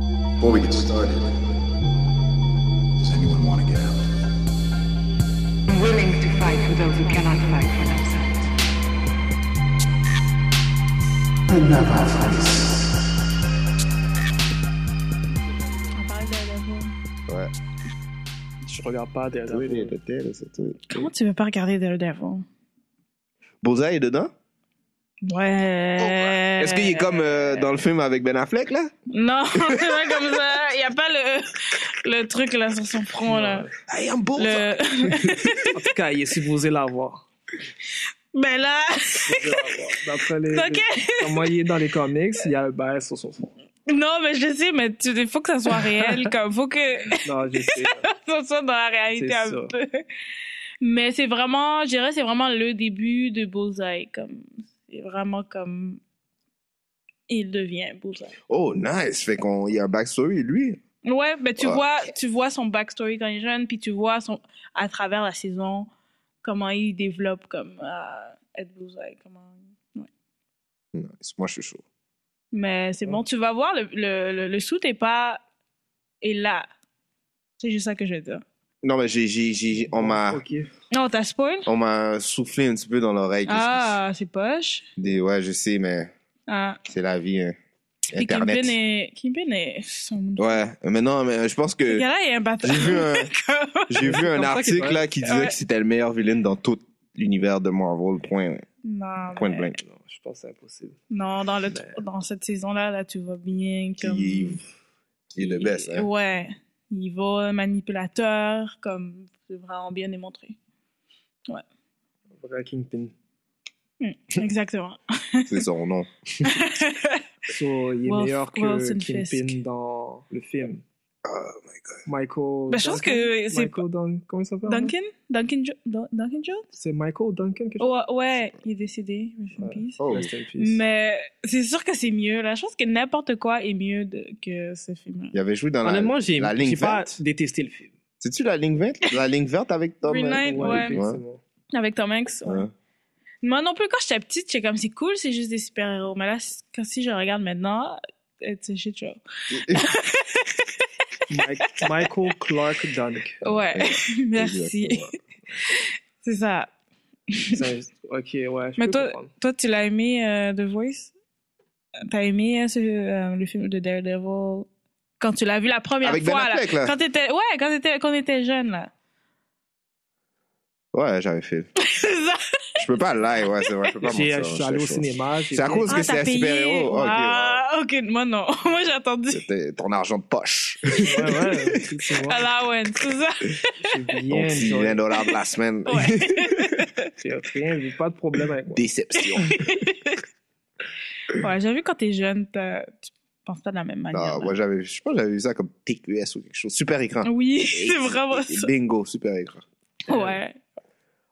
Before we get started, does anyone want to get out? I'm willing to fight for those who cannot fight for themselves. On parle de Daredevil. Ouais. Je regarde pas Toi, Daredevil. les têtes, là, c'est toi. Comment tu veux pas regarder Daredevil? Boza est dedans? Ouais. Est-ce qu'il est comme euh, dans le film avec Ben Affleck, là? Non, c'est pas comme ça. Il y a pas le, le truc là sur son front là. Hey, I'm Bullseye! Le... En tout cas, il est supposé l'avoir. Ben là, D'après les, ok. les- comment il est dans les comics, il y a un bail sur son front. Non, mais je sais, mais tu... il faut que ça soit réel. Comme faut que Non, je sais. ça soit dans la réalité C'est un ça. peu. Mais c'est vraiment, je dirais, c'est vraiment le début de Bullseye. Comme c'est vraiment comme il devient Bullseye. Oh, nice! Fait qu'on, il y a un backstory, lui. Ouais, mais tu Ouais. vois, tu vois son backstory quand il est jeune, puis tu vois son à travers la saison comment il développe comme euh, Ed Bullseye, comment. ouais. Nice. Moi, je suis chaud. Mais c'est Ouais. bon, tu vas voir le le le, le suit est pas est là. C'est juste ça que je veux dire. Non, mais j'ai, j'ai, j'ai, j'ai- on m'a, Ok. Non, t'as spoil. on m'a soufflé un petit peu dans l'oreille. que Ah, c'est poche. c'est- Des, ouais, je sais, mais Ah. c'est la vie, hein. Puis Internet. Kimpin est Kimpin est son. Ouais. Mais non, mais euh, je pense Ce que gars-là il est un bâtard. j'ai vu un, j'ai C'est vu un comme ça qu'il article, parle. là, qui disait Ouais. que c'était le meilleur villain dans tout l'univers de Marvel, point, Non, point mais- blank. Non, je pense que c'est impossible. non, dans le Mais- dans cette saison-là, là, tu vois bien Qui comme. est, qui est le best, hein. Ouais. Il va manipulateur, comme c'est vraiment bien démontré. Vrai Kingpin. Hmm, exactement. C'est son nom. So, il est Wolf- meilleur que Wilson Kingpin Fisk. dans le film. Oh my Michael. Ben, je pense Duncan? que c'est Michael Duncan. Comment il s'appelle? hein? Duncan Duncan, Jo- Dun- Duncan Jones C'est Michael Duncan que je Ouais, ouais, il est décédé. rest in Ouais. peace. Oh. Rest in peace. Mais c'est sûr que c'est mieux. Là. Je pense que n'importe quoi est mieux de- que ce film-là. Il avait joué dans la, Honnêtement, j'ai la ligne j'ai pas verte. détesté le film. C'est-tu la ligne verte? La ligne verte avec Tom hein? Green Knight, Ouais. effectivement. Avec Tom Hanks. ouais. Ouais. Moi non plus, quand j'étais petite, j'étais comme c'est cool, c'est juste des super-héros. Mais là, c'est- quand, si je regarde maintenant, c'est shit show. Mike- Michael Clark Duncan. Ouais, merci. Exactement. C'est ça. Ok, ouais. Je Mais peux toi- comprendre. Toi, tu l'as aimé euh, The Voice? T'as aimé hein, ce- euh, le film de Daredevil quand tu l'as vu la première Avec Ben fois Affleck, là. là. Quand t'étais ouais, quand t'étais quand on était jeune là. Ouais, j'avais fait. C'est ça. Je peux pas live, ouais, c'est vrai. Je peux pas J'ai- euh, mentir, Je suis allé au j'étais chaud. cinéma. j'ai C'est à fait- cause que c'est t'as un payé. super-héros. Ok, ouais. Ah, ok, moi non. moi j'ai attendu C'était ton argent de poche. Ouais, ouais, effectivement. à la Owen, c'est ça. J'ai Ton bien petit enjoyé. 20 dollars de la semaine. Ouais. J'ai rien vu, pas de problème avec moi. Déception. ouais, j'ai vu quand t'es jeune, t'as- tu penses pas de la même manière. Non, là. moi, j'avais, je pense que j'avais vu ça comme TQS ou quelque chose. Super écran. Oui, c'est vraiment Et ça. Bingo, super écran. Ouais.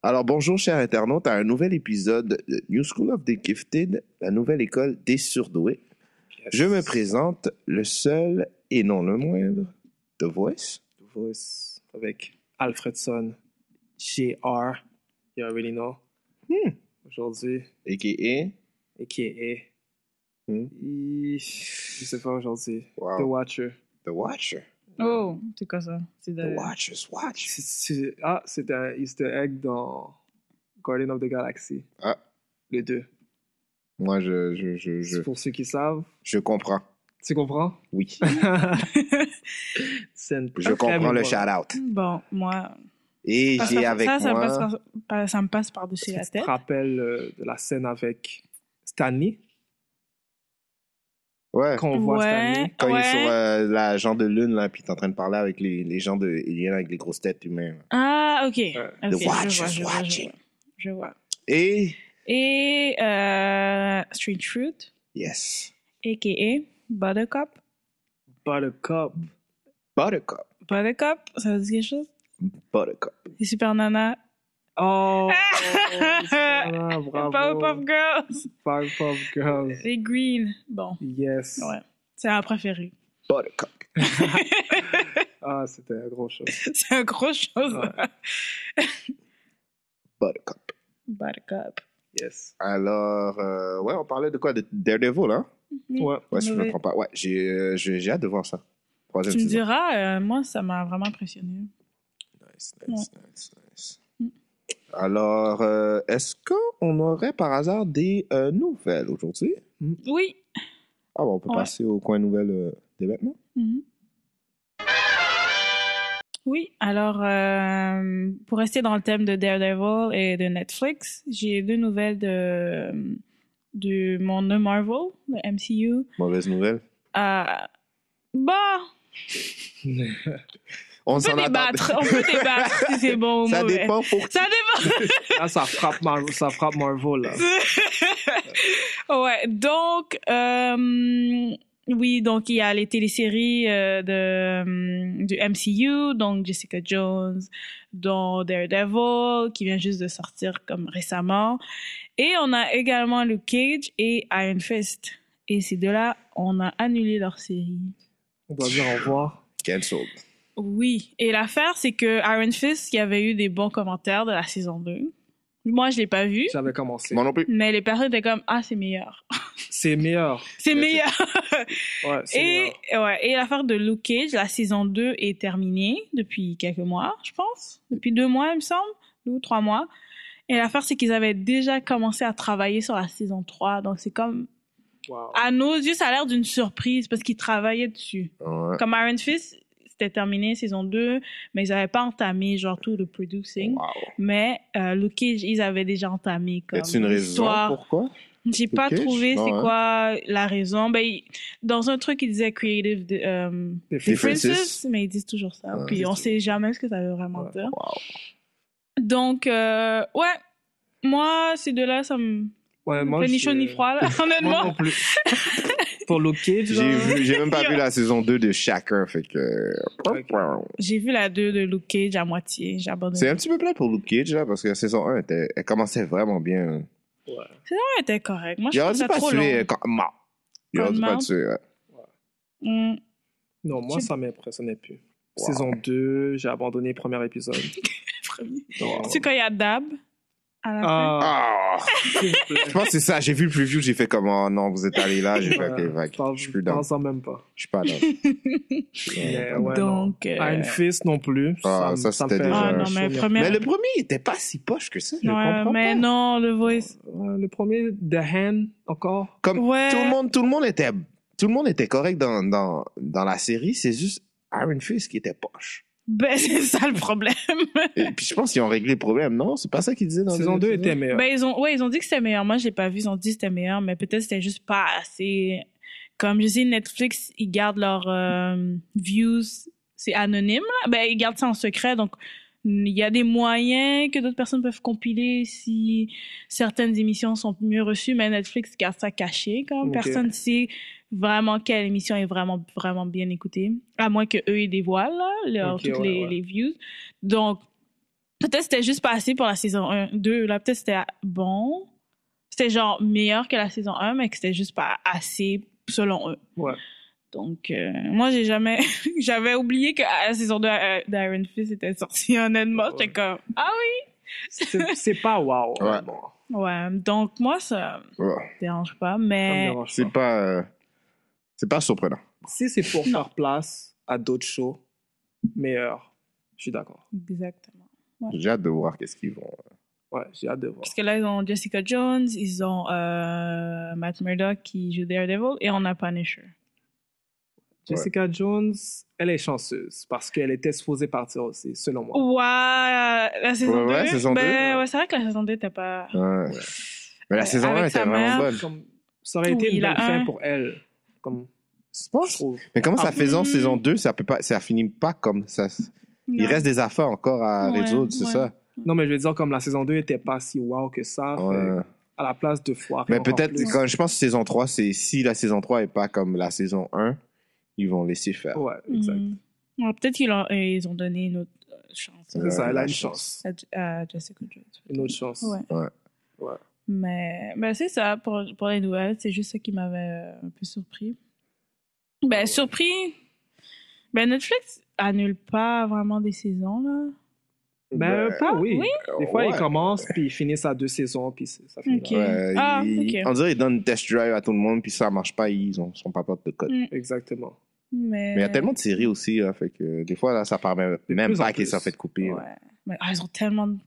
Alors bonjour chers internautes à un nouvel épisode de New School of the Gifted, la nouvelle école des surdoués. Je me présente le seul et non le moindre, The Voice. Voice avec Alfredson, J.R., You Already Know, Hmm. aujourd'hui, A.K.A. a.k.a. Hmm. I- Je sais pas aujourd'hui. The Wow. Watcher. The Watcher. Oh, c'est quoi ça C'est de... The Watcher's Watch. C'est- c'est- Ah, c'est un easter egg dans Guardian of the Galaxy. Ah. Les deux. Moi, je, je, je, je, Pour ceux qui savent, je comprends. tu comprends? Oui. C'est une- Je un très comprends le bon- shout-out. Bon, moi Et ça, j'ai ça- avec ça, ça me moi... passe par- ça me passe par-dessus Est-ce que la tu te tête. rappelles euh, de la scène avec Stanley? Ouais. Quand on voit Stanley. Quand il est ouais. sur euh, la genre de lune, là, puis t'es en train de parler avec les, les gens de Alien avec les grosses têtes humaines. là. Ah, ok. Ouais. Ok, Euh, The watch je vois, is je vois, je watching. vois. Je vois. Et... Et euh, Street Fruit, Yes. a.k.a. Buttercup. Buttercup. Buttercup. Buttercup, ça veut dire quelque chose? Buttercup. Les Super Nana. Oh! Euh, Ah! Sana, bravo. Powerpuff Girls. Powerpuff Girls. Les Green. Bon, Yes. ouais. C'est ma préférée. Buttercup. Ah, c'était un gros show. C'est un gros chose. Ouais. Buttercup. Buttercup. Yes. Alors, euh, ouais, on parlait de quoi De Daredevil, hein Mm. Ouais. Ouais, si je me Mauvais. trompe pas. Ouais, j'ai euh, j'ai- j'ai hâte de voir ça. Troisième Tu me saison. diras, euh, moi, ça m'a vraiment impressionné. Nice, nice, nice, nice. Mm. Alors, euh, est-ce qu'on aurait par hasard des euh, nouvelles aujourd'hui? Oui. Ah bon, on peut Ouais. passer au coin nouvelle euh, dès maintenant? Mhm. Oui, alors euh, pour rester dans le thème de Daredevil et de Netflix, j'ai deux nouvelles de, de mon de Marvel, le MCU. Mauvaise nouvelle? Euh, bah, On on peut s'en débattre, attendait. on peut débattre si c'est bon ou Ça mauvais. dépend pour Ça dépend. Là, ça frappe, Mar- ça frappe Marvel, là. ouais, donc, euh, oui, donc il y a les téléséries euh, de, euh, du MCU, donc Jessica Jones, dont Daredevil, qui vient juste de sortir comme récemment. Et on a également Luke Cage et Iron Fist. Et ces deux-là, on a annulé leur série. On doit dire au revoir. Cancel. Oui, et l'affaire, c'est que Iron Fist, il y avait eu des bons commentaires de la saison 2. Moi, je l'ai pas vu, J'avais commencé. Moi non plus. mais les personnes étaient comme « Ah, c'est meilleur. C'est meilleur. C'est Mais c'est- meilleur. » Ouais, c'est Et, meilleur. ouais, et l'affaire de Luke Cage, la saison 2 est terminée depuis quelques mois, je pense. Depuis deux mois, il me semble. Deux ou trois mois. Et l'affaire, c'est qu'ils avaient déjà commencé à travailler sur la saison 3. Donc, c'est comme... Wow. À nos yeux, ça a l'air d'une surprise parce qu'ils travaillaient dessus. Ouais. Comme Iron Fist, c'était terminé saison 2, mais ils n'avaient pas entamé genre tout le producing. Wow. Mais euh, Luke Cage, ils avaient déjà entamé comme Y a-t-il une raison l'histoire. pourquoi? J'ai pas Cage? trouvé Non, c'est hein. quoi la raison. Ben, il- dans un truc, ils disaient creative de- euh, Des filles. Differences. Ah, differences, mais ils disent toujours ça. Ouais, Puis c'est on tout. sait jamais ce que ça veut vraiment Ouais. dire. Wow. Donc, euh, ouais, moi, ces deux-là, ça me. Euh, Ouais, moi, fait ni je- chaud ni froid, là, Moi honnêtement. non plus. Pour Luke Cage, J'ai là, vu- j'ai même pas Yo. vu la saison 2 de chacun, fait que... Ok. J'ai vu la 2 de Luke Cage à moitié. J'ai abandonné. C'est un petit peu plat pour Luke Cage, là, parce que la saison 1, était, elle commençait vraiment bien. Ouais, était correct. Moi, je Il aurait trouve dû ça pas trop long. tuer euh, quand... mort. Il aurait dû Quand pas mort. tuer, ouais. Mm. Non, moi, Tu- ça m'impressionnait plus. Wow. Saison 2, j'ai abandonné le premier épisode. Non. Tu sais, quand il y a Dab, à la fin. Ah, Ah! s'il vous plaît. Je pense que c'est ça. J'ai vu le preview, j'ai fait comme, oh non, vous êtes allé là. J'ai fait, Ouais, ok, fait que parle- je suis plus parle down. ça même pas. Je suis pas down. Mais Ouais. ouais, non. Donc. euh, Iron Fist non plus. Ah, me- ça, me c'était fait déjà- ah, un non, mais souvenir. première. Mais le premier, il était pas si poche que ça. Je Ouais, comprends mais pas. non, le voice. Ouais, euh, Le premier, The Hand, encore. Comme Ouais. tout, le monde, tout, le monde était, tout le monde était correct dans, dans, dans la série. C'est juste Iron Fist qui était poche. Ben, c'est ça le problème. Et puis je pense qu'ils ont réglé le problème, non? C'est pas ça qu'ils disaient dans Saison les 2 épisodes? était meilleure. Ben, ils ont, ouais, ils ont dit que c'était meilleur. Moi, j'ai pas vu, ils ont dit que c'était meilleur, mais peut-être c'était juste pas assez. Comme je sais, Netflix, ils gardent leurs euh, views, c'est anonyme, là. Ben, ils gardent ça en secret, donc il y a des moyens que d'autres personnes peuvent compiler si certaines émissions sont mieux reçues, mais Netflix garde ça caché, comme Ok. personne sait vraiment quelle émission est vraiment, vraiment bien écoutée, à moins que eux ils dévoilent, là, leurs- Ok, toutes ouais, les, ouais. les views. Donc, Peut-être c'était juste pas assez pour la saison 1, 2. Là, peut-être c'était bon. C'était genre meilleur que la saison 1, mais que c'était juste pas assez selon eux. Ouais. Donc, euh, moi, j'ai jamais. J'avais oublié que la saison 2 euh, d'Iron Fist était sortie, honnêtement. J'étais Ouais. comme. Ah C'est c'est pas wow. Ouais. Bon, oui! Ouais. Donc, moi, ça Ouais. me dérange pas, ça me mais. dérange pas. C'est pas, euh, c'est pas surprenant. Si c'est pour faire place à d'autres shows meilleurs, je suis d'accord. Exactement. J'ai hâte de voir qu'est-ce qu'ils vont. Ouais, j'ai hâte de voir. Parce que là, ils ont Jessica Jones, ils ont euh, Matt Murdock qui joue Daredevil, et on a Punisher. Jessica Jones, elle est chanceuse parce qu'elle était supposée partir aussi, selon moi. Ouais, la saison Ouais, 2. ouais, saison ben, deux. ouais, c'est vrai que la saison 2 t'as pas. Ouais. hein. Mais la Euh, saison avec 1 était sa vraiment mère. bonne. Comme, ça aurait été Oui, une la belle fin un. pour elle. Comme, Je je pense. trouve. Mais comment Ah, ça faisant hmm. saison 2, ça peut pas, ça finit pas comme ça. Il Non. reste des affaires encore à Ouais, résoudre, c'est ouais. ça. Non, mais je veux dire, comme la saison 2 était pas si wow que ça, fait Ouais. à la place de foirer. Mais encore peut-être, plus. quand je pense que saison 3, c'est si la saison 3 est pas comme la saison 1, ils vont laisser faire. Ouais, exact. Mhm. Ouais, Peut-être qu'ils ont, ils ont donné une autre euh, chance Ouais, C'est ça, elle la a une chance. chance. à, à Jessica Jones. Une autre chance. Ouais. Ouais. Ouais. Mais ben, c'est ça pour, pour les nouvelles. C'est juste ça qui m'avait euh, un peu surpris. Ben, ouais. surpris. Ben, Netflix annule pas vraiment des saisons, là. Ben, Ouais. un peu, oui. oui? Des fois, Euh, Ouais. ils commencent, puis ils finissent à deux saisons, puis c'est- ça finit Ok. là. Ouais, Ah, ils- ok. On dirait qu'ils donnent une test drive à tout le monde, puis ça marche pas, ils ont, sont pas potes de code. Mm. Exactement. Mais, Mais il y a tellement de séries aussi, là, fait que euh, des fois, là, ça part même, De même plus en pas qu'ils plus. s'en fait couper. là. Ouais. Mais ah, ils ont tellement de.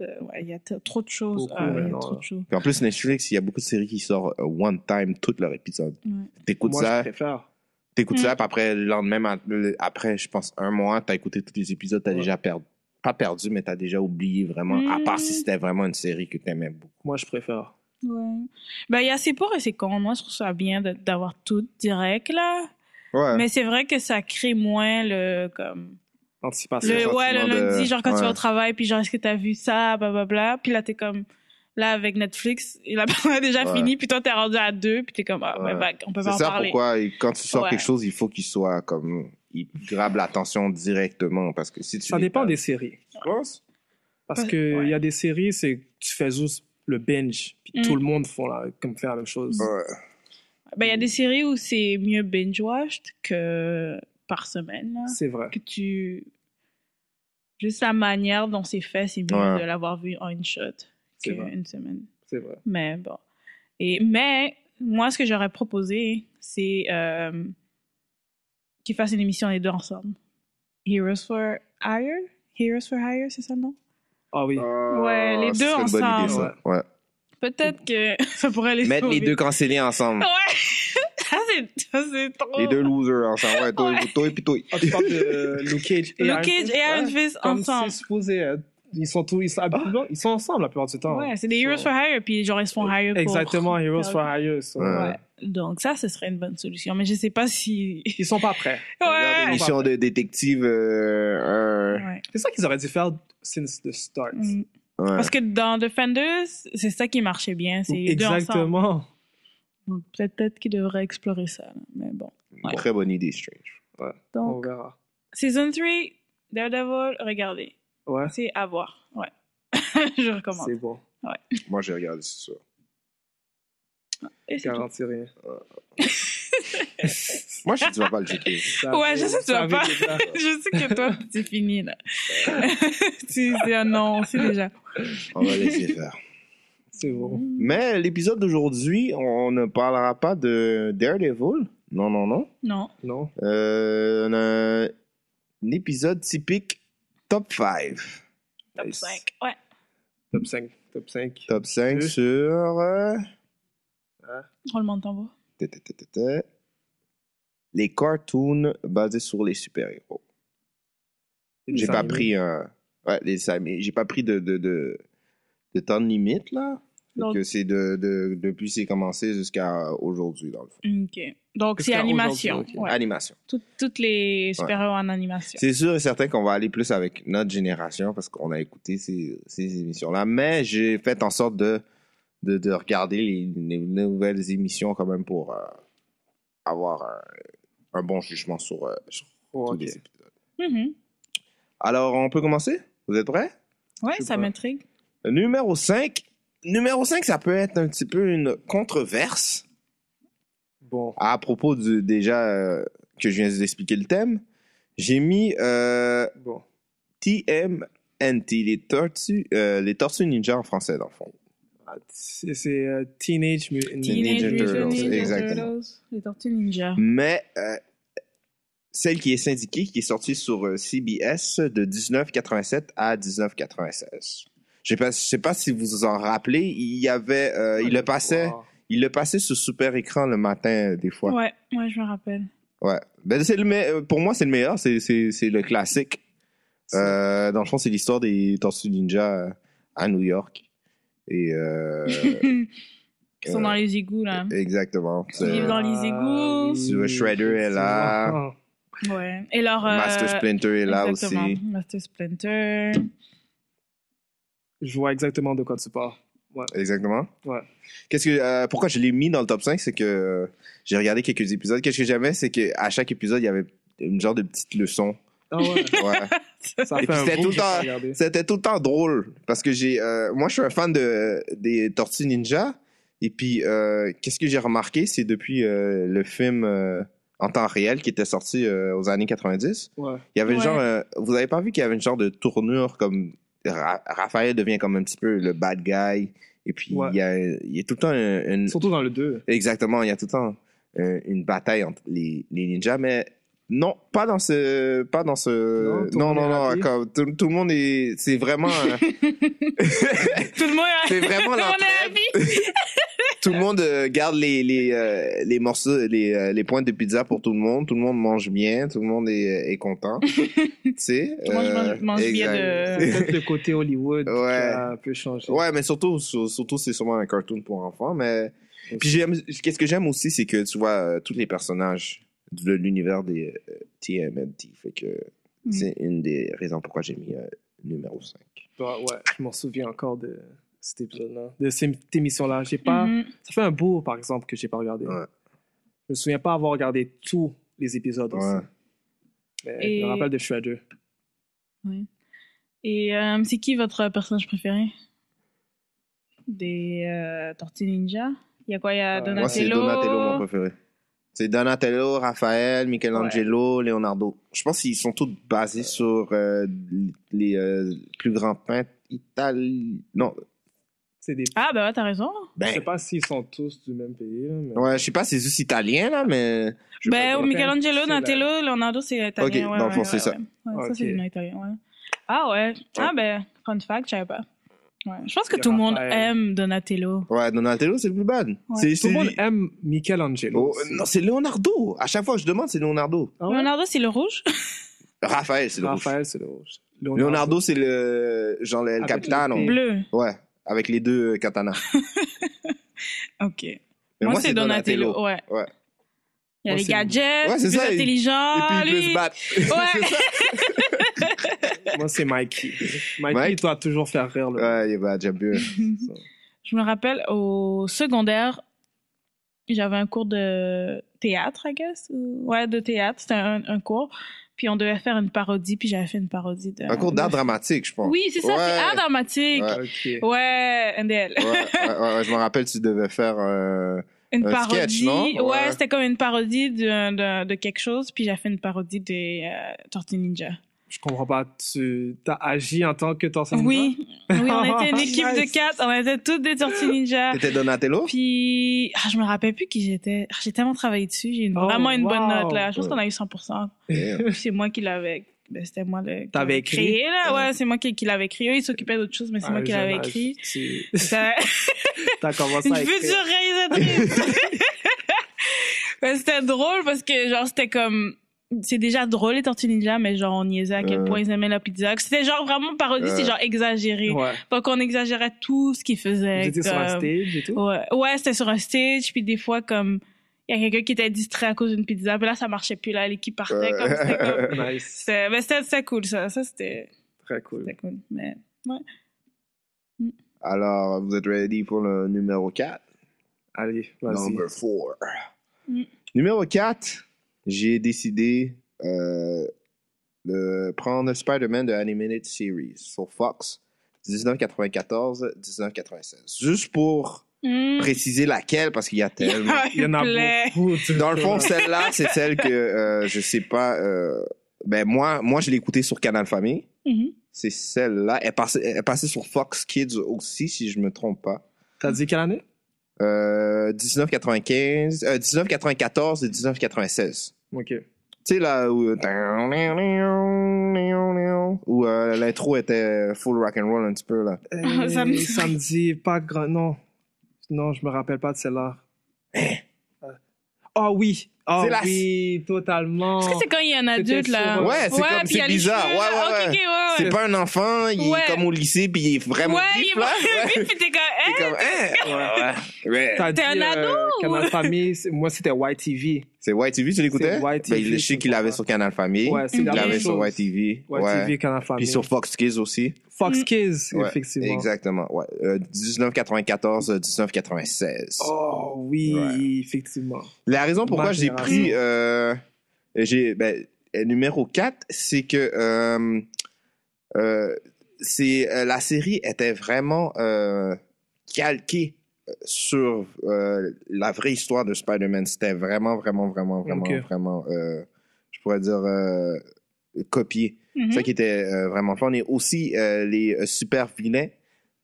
de- ouais, il y a t- trop de choses. Beaucoup, Ah, il y a maintenant, trop là. de choses. Puis en plus, Netflix, il y a beaucoup de séries qui sortent euh, one time tout leur épisode. Ouais. T'écoutes Moi, je ça, préfère. t'écoutes Mm. ça, puis après, le lendemain, le- après, je pense, un mois, t'as écouté tous les épisodes, t'as Ouais. déjà perdu. Pas perdu, mais t'as déjà oublié vraiment, à Mm. part si c'était vraiment une série que t'aimais beaucoup. Moi, je préfère. Ouais. Ben, il y a c'est pour et c'est con. Moi, je trouve ça bien de- d'avoir tout direct, là. Ouais. Mais c'est vrai que ça crée moins le. Comme, Anticipation. le ouais, le Ah, sentiment de- lundi, genre quand tu ouais. vas au travail, puis genre, est-ce que t'as vu ça, blablabla. Puis là, t'es comme. Là, avec Netflix, la personne a déjà Ouais. fini, puis toi, t'es rendu à deux, puis t'es comme, ah, ben, Ouais. bah, on peut pas C'est en ça parler. pourquoi et quand tu sors Ouais. quelque chose, il faut qu'il soit comme il grabe l'attention directement parce que si tu Ça les dépend tapes- des séries. tu penses Parce Ouais. que Ouais. il y a des séries, c'est tu fais juste le binge, puis Mm. tout le monde font la, comme fait la même chose. Ouais. Ben, il y a des séries où c'est mieux binge-watched que par semaine, là. C'est vrai. que tu. Juste la manière dont c'est fait, c'est mieux Ouais. de l'avoir vu en une shot C'est vrai. qu'une semaine. C'est vrai. Mais bon. Et, mais moi, ce que j'aurais proposé, c'est euh, qu'ils fassent une émission les deux ensemble. Heroes for Hire Heroes for Hire, c'est ça le nom? Ah oui. Ouais, les Ah, ce deux serait une bonne idée, ensemble. ça. Ouais. Peut-être que ça pourrait les Mettre les sauver. deux cancellés ensemble. Ouais! ça, c'est ça, c'est trop. Les deux losers ensemble. Ouais, toi, Oh. Ouais. toi et puis toi. Ah, tu parles de euh, Luke Cage et Luke Iron Cage Fist, et Iron ouais. Fist Comme ensemble. Ah. c'est supposé être- Ils sont tous, ils sont, habituellement, ils sont ensemble la plupart du temps. Ouais, c'est des Heroes for Hire, puis genre ils se font hire pour. Exactement, Heroes for Hire. ça. Ouais. Ouais. Donc ça, ce serait une bonne solution. Mais je sais pas si... Ils sont pas prêts. Genre Ouais! L'émission de détective. euh, euh, Ouais. C'est ça qu'ils auraient dû faire since the start. Mm. ouais. Parce que dans Defenders, c'est ça qui marchait bien. C'est les deux ensemble. Exactement. Donc peut-être peut-être qu'ils devraient explorer ça. là. Mais bon. Ouais. Très bonne idée, Strange. On Donc, verra. Season 3, Daredevil, regardez. Ouais. C'est à voir. Ouais. je recommande. C'est bon. Moi, j'ai regardé, c'est sûr. Et c'est tout. Garantis rien. Moi, je dis, tu vas pas le checker. Ouais, je sais que tu vas pas. je sais que toi, c'est fini, là. c'est c'est un non, on sait déjà. On va laisser faire. C'est bon. Mais l'épisode d'aujourd'hui, on ne parlera pas de Daredevil. Non, non, non. Non. Non. Euh, on a un épisode typique top 5. Top Nice. 5. Ouais. Top 5. Top 5. Top 5 Deux. sur. euh, Roulement de tambour. ta, ta, ta, ta, ta, les cartoons basés sur les super-héros. J'ai pas pris un. Ouais, les animés. J'ai pas pris de, de, de, de temps de limite, là. Fait Donc- que c'est de, de, depuis c'est commencé jusqu'à aujourd'hui, dans le fond. OK. Donc, c'est Jusqu'à animation. aujourd'hui, Ouais. Animation. Tout- toutes les super-héros en animation. C'est sûr et certain qu'on va aller plus avec notre génération parce qu'on a écouté ces, ces émissions-là. Mais j'ai fait en sorte de, de, de regarder les, les nouvelles émissions quand même pour euh, avoir un, un bon jugement sur, euh, sur Oh, tous ok. les épisodes. Mhm. Alors, on peut commencer Vous êtes prêts Ouais, Je sais ça pas. m'intrigue. Numéro 5. Numéro 5, ça peut être un petit peu une controverse Bon. à propos du, déjà euh, que je viens d'expliquer le thème. J'ai mis euh, Bon. TMNT, les tortues, euh, les tortues ninja en français, dans le fond. Ah, C'est c'est, euh, Teenage Mutant Teenage Teenage Mutant Mutant Turtles, Ninja exactement. Turtles, les Tortues Ninja. Mais euh, celle qui est syndiquée, qui est sortie sur euh, CBS de 1987 à 1996. Je sais pas, je sais pas si vous vous en rappelez, il y avait, Ah, euh, il le passait, Wow. il le passait sur super écran le matin euh, des fois. Ouais. Ouais. ouais, je me rappelle. Ben, c'est le me- euh, pour moi c'est le meilleur, c'est c'est c'est le classique. Euh, dans le fond, c'est l'histoire des Tortues Ninja euh, à New York. Et euh, Qui sont dans les égouts, là. exactement. Ils vivent dans les égouts. oui, Tu vois, Shredder est là. effectivement. Ouais. Et leur... euh, Master Splinter est là exactement, aussi. Master Splinter. Je vois exactement de quoi tu parles. Exactement. Ouais. Qu'est-ce que, euh, pourquoi je l'ai mis dans le top 5, c'est que euh, j'ai regardé quelques épisodes. Qu'est-ce que j'aimais, c'est qu'à chaque épisode, il y avait une genre de petite leçon. Ah ouais. Ouais. Ça Et fait puis un c'était bout tout que j'ai pas en- regardé. C'était tout le temps drôle parce que j'ai, euh, moi, je suis un fan de, des Tortues Ninja. Et puis, euh, qu'est-ce que j'ai remarqué, c'est depuis euh, le film euh, en temps réel qui était sorti euh, aux années 90, Ouais. Il y avait Ouais. genre. euh, vous avez pas vu qu'il y avait une genre de tournure comme. Ra- Raphaël devient comme un petit peu le bad guy. Et puis, Ouais. il, y a, il y a tout le temps une. une- Surtout dans le 2. Exactement, il y a tout le temps euh, une bataille entre les, les ninjas. Mais Non, pas dans ce, pas dans Non, ce. tout Non, non, le monde est non. ravi. comme Tout, tout le monde est, c'est vraiment, euh, Tout le monde a... c'est Tout vraiment le monde a l'entraide. envie. Tout le monde euh, garde les les euh, les morceaux, les euh, les pointes de pizza pour tout le monde. Tout le monde mange bien. Tout le monde est, est content. tu sais. Tout le monde euh, mange- mange bien exact. de- Peut-être le côté Hollywood Ouais. qui a un peu changé. Ouais, mais surtout, sur- surtout c'est sûrement un cartoon pour enfants. Mais puis j'aime, qu'est-ce que j'aime aussi, c'est que tu vois euh, tous les personnages de l'univers des euh, TMNT. Fait que Mm. c'est une des raisons pourquoi j'ai mis euh, numéro 5. Bah ouais, je m'en souviens encore de cet épisode-là, de cette émission-là. J'ai pas... Mhm. Ça fait un bout, par exemple, que j'ai pas regardé. Ouais. Je me souviens pas avoir regardé tous les épisodes Ouais. aussi. Mais Et- Je me rappelle de Shredder. Et euh, c'est qui votre personnage préféré Des euh, Tortues Ninja Il y a quoi Il y a Euh, moi, Moi, c'est Donatello. Donatello mon préféré. C'est Donatello, Raphaël, Michelangelo, Leonardo. Je pense qu'ils sont tous basés sur euh, les euh, plus grands peintres italiens. Non, C'est des... Ah, bah ouais, t'as raison. Je ben, sais pas s'ils sont tous du même pays, là, mais... ouais, je sais pas, c'est juste italien là, mais je- Ben, pas, c'est Michelangelo, la- Donatello, Leonardo, c'est italien. Ok, ouais, dans le ouais, fond, ouais, c'est ça. ouais. Ouais, Ça, Ok. c'est du nom italien, ouais. Ah ouais. Ah ben, fun fact, je savais pas. Ouais. Je pense que Le tout le monde Raphaël. aime Donatello. Ouais, Donatello, c'est le plus bad. Ouais. C'est Tout le monde celui- aime Michelangelo. Oh, aussi. non, c'est Leonardo. À chaque fois que je demande, c'est Leonardo. Ah ouais? Leonardo, c'est le rouge Raphaël, c'est le rouge. Raphaël, c'est le rouge. Leonardo, c'est le genre le El Avec Capitano. l'épée. Bleu. Ouais, avec les deux euh, katanas. Ok. Mais moi, c'est Donatello. Ouais. Ouais. Il y a Moi, les c'est- gadgets, Ouais, c'est c'est plus ça, il- intelligent. Et puis il peut lui. se battre. Ouais. Moi, c'est Mikey. Mikey, Mike? il doit toujours faire rire. Le... Ouais, il est bad, j'aime bien. Je me rappelle au secondaire, j'avais un cours de théâtre, I guess. ou- Ouais, de théâtre. C'était un, un cours. Puis on devait faire une parodie, puis j'avais fait une parodie de. Un cours d'art dramatique, je pense. Oui, c'est ça, c'est Ouais. art dramatique. Ouais. Ok. Ouais, NDL. Ouais, ouais, ouais, ouais, je me rappelle, tu devais faire. euh, Une Un parodie. sketch, non? ouais, Ouais. c'était comme une parodie de, de, de quelque chose, puis j'ai fait une parodie des euh, Tortues Ninja. Je comprends pas. Tu as agi en tant que torse Oui, oui, on était une équipe Nice. de quatre, on était toutes des Tortues Ninja. T'étais Donatello? Puis, ah, je me rappelle plus qui j'étais. Ah, j'ai tellement travaillé dessus, j'ai une- Oh, vraiment une bonne wow. note là. Je pense Ouais. qu'on a eu 100%. Yeah. Puis c'est moi qui l'avais. Ben, c'était moi le. qui T'avais l'avais écrit? Ah, Créé, là. Ouais, c'est moi qui, qui l'avais écrit. Eux, ils s'occupaient d'autre chose, mais c'est À moi un qui l'avais jeune âge, écrit. tu- Ça- T'as commencé Une à écrire. future réalisatrice. Ben, c'était drôle parce que, genre, c'était comme. C'est déjà drôle les Tortues Ninja, mais genre, on niaisait à quel Euh. point ils aimaient la pizza. C'était genre vraiment parodie, c'est Euh. genre exagéré. Ouais. Donc, on exagérait tout ce qu'ils faisaient. J'étais sur un comme- stage et tout. Ouais, ouais c'était sur un stage, puis des fois, comme. Il y a quelqu'un qui était distrait à cause d'une pizza, puis là, ça marchait plus, là, l'équipe partait. Euh. Comme, c'était comme- Nice. c'était ben, c'était- c'était cool, ça. Ça, c'était Très cool. c'était cool. Mais Alors, vous êtes ready pour le numéro 4? Allez, vas-y. Number 4. Mm. Numéro 4, j'ai décidé euh, de prendre Spider-Man de Animated Series sur Fox 1994-1996. Juste pour Hmm. préciser laquelle, parce qu'il y a tellement. Il y en a beaucoup. de- Dans le fond, celle-là, c'est celle que euh, je sais pas. euh, ben moi, moi, je l'ai écoutée sur Canal Famille. Mhm. C'est celle-là. Elle passait, elle passait sur Fox Kids aussi, si je me trompe pas. T'as dit quelle année? Euh, 1995, euh, 1994 et 1996. Ok. Tu sais, là où. Où euh, l'intro était full rock'n'roll un petit peu, là. Euh, Ah, Ça me dit- samedi, pas grand. Non. Non, je me rappelle pas de celle-là. Ah oui. Ah Eh! C'est la- oui, totalement. Est-ce que c'est quand il y a un C'était adulte, là? sur- euh, Ouais, c'est comme- puis il y a c'est les bizarre. cheveux, Ouais, là. ouais, Ok, ouais. ouais, ouais. C'est pas un enfant, il Ouais. est comme au lycée, puis il est vraiment. Ouais, vif, il est là. vraiment vif, puis t'es comme, T'es hein? comme, hein? Ouais. Ouais. T'as T'es dit, un euh, ado ou- Canal Famille, c'est- moi c'était YTV. C'est YTV, tu l'écoutais? C'est YTV, Ben, je sais c'est qu'il ça. l'avait sur Canal Famille. Ouais, c'est il la même l'avait sur chose. YTV. YTV, Ouais. Canal Famille. Puis sur Fox Kids aussi. Fox Mm. Kids, Ouais, effectivement. Exactement, ouais. Euh, 1994, euh, 1996. Oh oui, Ouais. effectivement. La raison pourquoi Ma j'ai pris génération. euh, j'ai ben, euh, numéro 4, c'est que euh, euh, c'est euh, la série était vraiment euh, calquée sur euh, la vraie histoire de Spider-Man. C'était vraiment vraiment vraiment vraiment Ok. vraiment euh, je pourrais dire euh, copié. Mhm. C'est ça qui était euh, vraiment fun. Et aussi, euh, les euh, super vilains.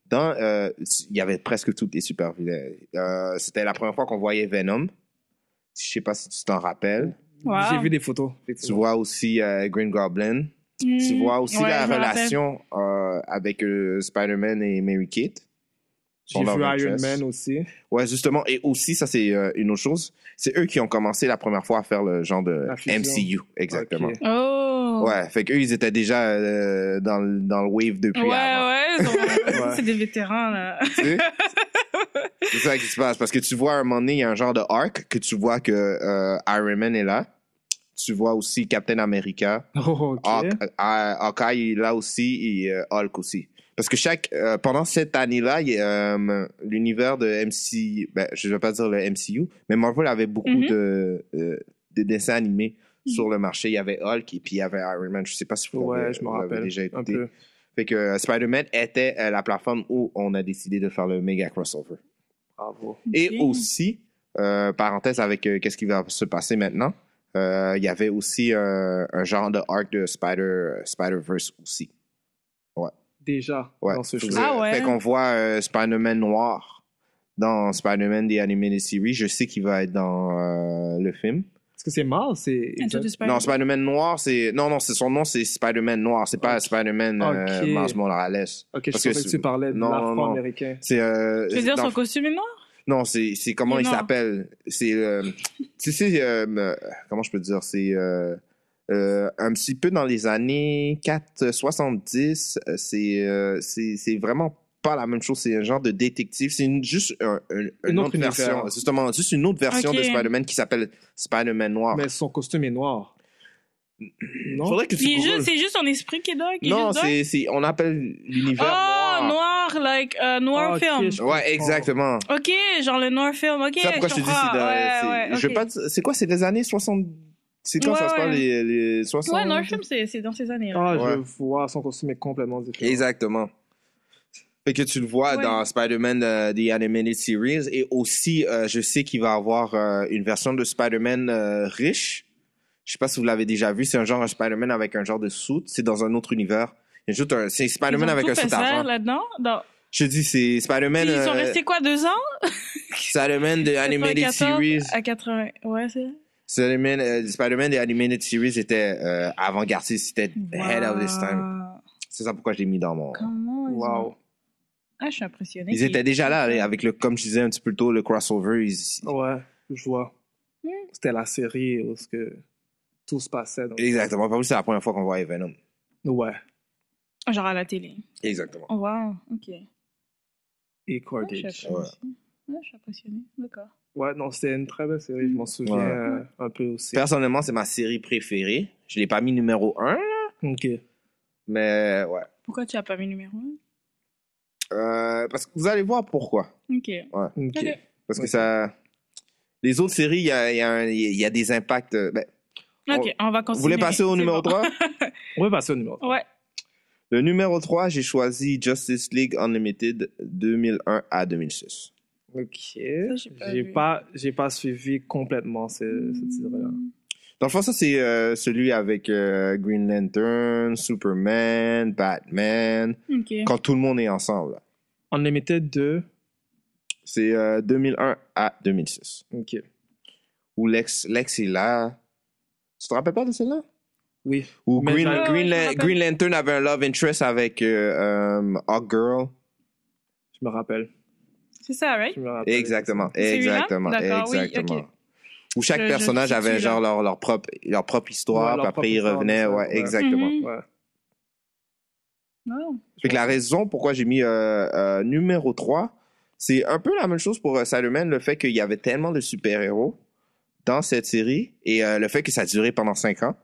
Dans, euh, il y avait presque tous les super vilains. Euh, C'était la première fois qu'on voyait Venom. Je sais pas si tu t'en rappelles. Wow. J'ai vu des photos. Tu vois aussi euh, Green Goblin. Tu Hmm, vois aussi ouais, la je me rappelle. relation euh, avec euh, Spider-Man et Mary Kate. J'ai Son vu Love Iron Interest. Man aussi. Ouais, justement. Et aussi, ça, c'est euh, une autre chose. C'est eux qui ont commencé la première fois à faire le genre de La fusion. MCU. Exactement. Ok. Oh! Ouais, fait qu'eux, ils étaient déjà euh, dans, le- dans le wave depuis Ouais, avant. ouais, ils ont- Ouais. c'est des vétérans, là. Tu sais? c'est ça qui se passe. Parce que tu vois, à un moment donné, il y a un genre de arc que tu vois que euh, Iron Man est là. Tu vois aussi Captain America. Oh, ok. Hawk- euh, Hawkeye, là aussi, et euh, Hulk aussi. Parce que chaque, euh, pendant cette année-là, il y a, euh, l'univers de MC, ben, je ne vais pas dire le MCU, mais Marvel avait beaucoup Mhm. de, euh, de dessins animés sur le marché. Il y avait Hulk et puis il y avait Iron Man. Je ne sais pas si vous l'avez- Mhm. Ouais, je me vous l'avez rappelle. déjà Un écouté. peu. Fait que euh, Spider-Man était euh, la plateforme où on a décidé de faire le méga crossover. Bravo. Et Ok. aussi, euh, parenthèse avec euh, qu'est-ce qui va se passer maintenant, euh, il y avait aussi euh, un genre de arc de Spider, euh, Spider-Verse aussi. Déjà Ouais. dans ce Fait show. que- Ah ouais. Fait qu'on voit euh, Spider-Man noir dans Spider-Man des Animated Series. Je sais qu'il va être dans euh, le film. Est-ce que c'est mal? C'est. Into the Spider- Non, Spider-Man noir, c'est... Non, non, c'est son nom, c'est Spider-Man noir. C'est pas Ok. Spider-man euh, Ok. Miles Morales. Ok, je Parce savais que que, c'est- tu parlais de Non, non, non. l'afro-américain. C'est... euh, Tu veux dire dans- son costume est noir? Non, c'est c'est comment Il est il mort. s'appelle. C'est euh, tu sais c'est, euh, euh, comment je peux dire c'est euh, euh, un petit peu dans les années 4 70, euh, c'est euh, c'est c'est vraiment pas la même chose, c'est un genre de détective, c'est une, juste un- un- une autre autre version, univers. justement, juste une autre version Ok. de Spider-Man qui s'appelle Spider-Man Noir. Mais son costume est noir. non? Faudrait que tu Il est googles. juste- C'est juste son esprit qui est dark? il est Non, juste dark? c'est c'est- on appelle l'univers Oh, noir. noir, like, euh, noir Ah, Ok, film. je Ouais, exactement. Ok, genre le noir film, ok. C'est ça pourquoi je te dis, c'est comprends. de- Ouais, c'est- ouais, je ok. veux pas dire- c'est quoi, c'est des années 60, c'est quand Ouais, ça se passe, ouais. les, les 60? Ouais, noir film, c'est c'est dans ces années-là. Ah, Ouais. je vois, son costume est complètement différent. Exactement. Fait que tu le vois Ouais. dans Spider-Man euh, The Animated Series et aussi, euh, je sais qu'il va avoir euh, une version de Spider-Man euh, riche. Je sais pas si vous l'avez déjà vu, c'est un genre de Spider-Man avec un genre de suit, c'est dans un autre univers. Il y a juste un- C'est Ils Spider-Man ont avec tout un fait suit ça argent. là-dedans. Dans- Je dis, c'est Spider-Man... Puis Ils sont euh, restés quoi, deux ans? Spider-Man The Animated 94 Series. À 80. Ouais, c'est. Spider-Man, euh, Spider-Man The Animated Series était euh, avant-gardiste, c'était ahead of this time. Wow. C'est ça pourquoi je l'ai mis dans mon... Comment ils ont- Wow. Ah, je suis impressionnée. Ils étaient déjà là là, avec le, comme je disais un petit peu plus tôt, le crossover. ils- Ouais, je vois. Hmm. C'était la série où ce que tout se passait. donc- Exactement. Parce que c'est la première fois qu'on voit Venom. Ouais. Genre à la télé. Exactement. Oh, wow, ok. Et Ah, je suis Cordage. impressionnée. Ouais, je suis impressionnée. D'accord. Ouais, non, c'était une très belle série, je m'en souviens Ouais. euh, un peu aussi. Personnellement, c'est ma série préférée. Je l'ai pas mis numéro un, Ok. mais ouais. Pourquoi tu as pas mis numéro Euh, parce que vous allez voir pourquoi. 1 Ok. Ok. Ok. Parce que Ok. ça. Les autres séries, il y a, il y a un- il y a des impacts. euh, ben, Ok, on va continuer. vous voulez passer au C'est numéro bon. 3 On va passer au numéro. Ouais. Le numéro 3, j'ai choisi Justice League Unlimited 2001 à 2006. Ok. Oh. j'ai pas J'ai vu. Hmm. pas, j'ai pas suivi complètement Euh, ce, ce titre-là. Dans le fond, ça, c'est euh, celui avec euh, Green Lantern, Superman, Batman, Ok. quand tout le monde est ensemble. Unlimited 2. C'est euh, 2001 à 2006. Ok. Où Lex, Lex est là. Tu te rappelles pas de celle-là? Oui. Où Mais Green, j'en- Green, Ouais, ouais, je me Lan- rappelle. Green Lantern avait un love interest avec euh, euh, Hawkgirl. Je me rappelle. C'est ça, right? Je me rappelle. Exactement, Celui-là? exactement, D'accord, oui, exactement. ok. Où chaque Je- je personnage situe avait là. genre leur, leur propre, leur propre Ouais, histoire, puis leur propre après ils histoire, revenaient. ouais. Ouais, Ouais. exactement. Mhm. Ouais. Wow. Fait que la raison pourquoi j'ai mis euh, euh, numéro 3, c'est un peu la même chose pour euh, Salomon, le fait qu'il y avait tellement de super-héros dans cette série et euh, le fait que ça a duré pendant 5 ans.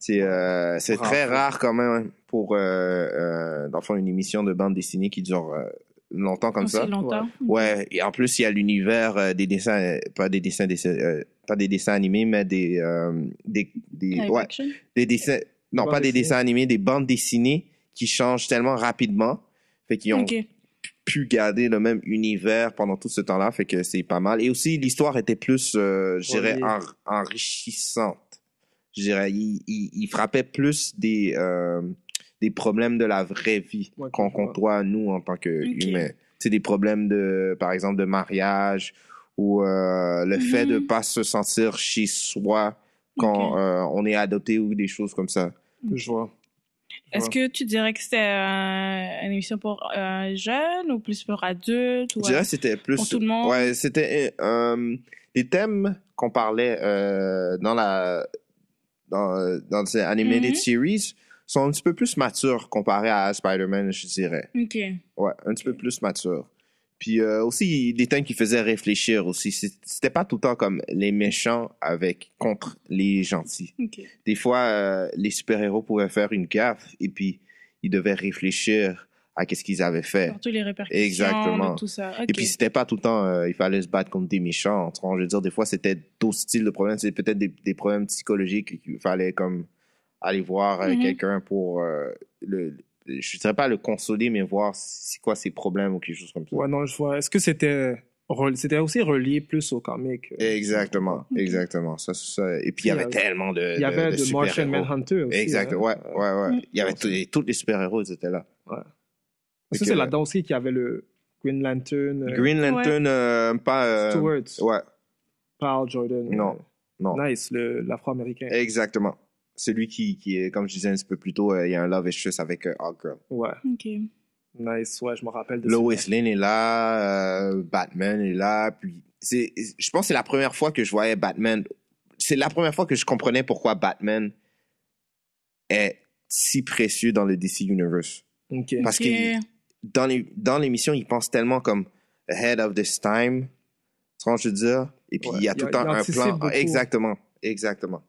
C'est euh, c'est Bravo. très rare quand même pour, euh, euh, dans le fond, une émission de bande dessinée qui dure euh, longtemps comme Oh, ça. C'est longtemps. Ouais, et en plus, il y a l'univers euh, des dessins, euh, pas des dessins, des- euh, pas des dessins animés, mais des, euh, des, des, Live ouais, action. des dessins, non bandes pas des dessinées. dessins animés, des bandes dessinées qui changent tellement rapidement, fait qu'ils ont Ok. pu garder le même univers pendant tout ce temps-là, fait que c'est pas mal. Et aussi l'histoire était plus, euh, je dirais, Reliée. en- enrichissante. Je dirais, il, il- il frappait plus des euh, des problèmes de la vraie vie Ouais, qu'on je vois. qu'on doit nous en tant que Ok. humains. C'est des problèmes de, par exemple, de mariage ou euh, le fait de Mhm. pas se sentir chez soi quand euh, on est adopté ou des choses comme ça. Je vois. Est-ce que tu dirais que c'était euh, une émission pour euh, jeunes ou plus pour adultes ou Je dirais que c'était plus. Pour tout le monde. Ouais, c'était euh, euh, les thèmes qu'on parlait euh, dans la dans, dans ces animated Mhm. series sont un petit peu plus matures comparé à Spider-Man, je dirais. Ok. Ouais, un petit peu plus matures. Puis euh, aussi des thèmes qui faisaient réfléchir aussi. C'est- C'était pas tout le temps comme les méchants avec contre les gentils Ok. des fois, euh, les super-héros pouvaient faire une gaffe et puis ils devaient réfléchir à qu'est-ce qu'ils avaient fait. Pour tous les répercussions. Eh, Exactement. Exactement. Tout ça. Et puis, c'était pas tout le temps, euh, il fallait se battre contre des méchants. entre- Je veux dire, des fois, c'était d'autres styles de problèmes. C'est peut-être des, des problèmes psychologiques qu'il fallait comme aller voir euh, Mhm. quelqu'un pour euh, le. Je dirais pas le consoler, mais voir c'est quoi ses problèmes ou quelque chose comme ça. Ouais, non, je vois. Est-ce que c'était rel- c'était aussi relié plus au comic? euh, Exactement, Mhm. exactement. Ça, c'est ça. Et puis, il y Il y avait a- tellement de. euh, Il y avait de, Martian super-héros. Manhunter aussi. Exact, hein. ouais, ouais, ouais. Mm. Il y avait tous les- tous les super-héros, ils étaient là. Parce Fait que c'est que- là-dedans aussi qu'il y avait le Green Lantern, euh, Green Lantern, euh, pas. euh, Stewart, Ouais, Paul Jordan. Non, euh, non. Nice, le- l'afro-américain. exactement. Celui qui, qui est, comme je disais un petit peu plus tôt, euh, il y a un love issues avec euh, Hawkgirl. Ouais, Ok. nice, ouais, je me rappelle de Lois ça. Lane est là, euh, Batman est là, puis c'est, je pense que c'est la première fois que je voyais Batman. C'est la première fois que je comprenais pourquoi Batman est si précieux dans le DC Universe. Ok. Parce Ok. qu'il- dans les dans l'émission, il pense tellement comme ahead of this time, tu vois ce que je veux dire. Et puis Ouais, il y a il- tout le il temps un anticipe plan. beaucoup. Exactement, exactement.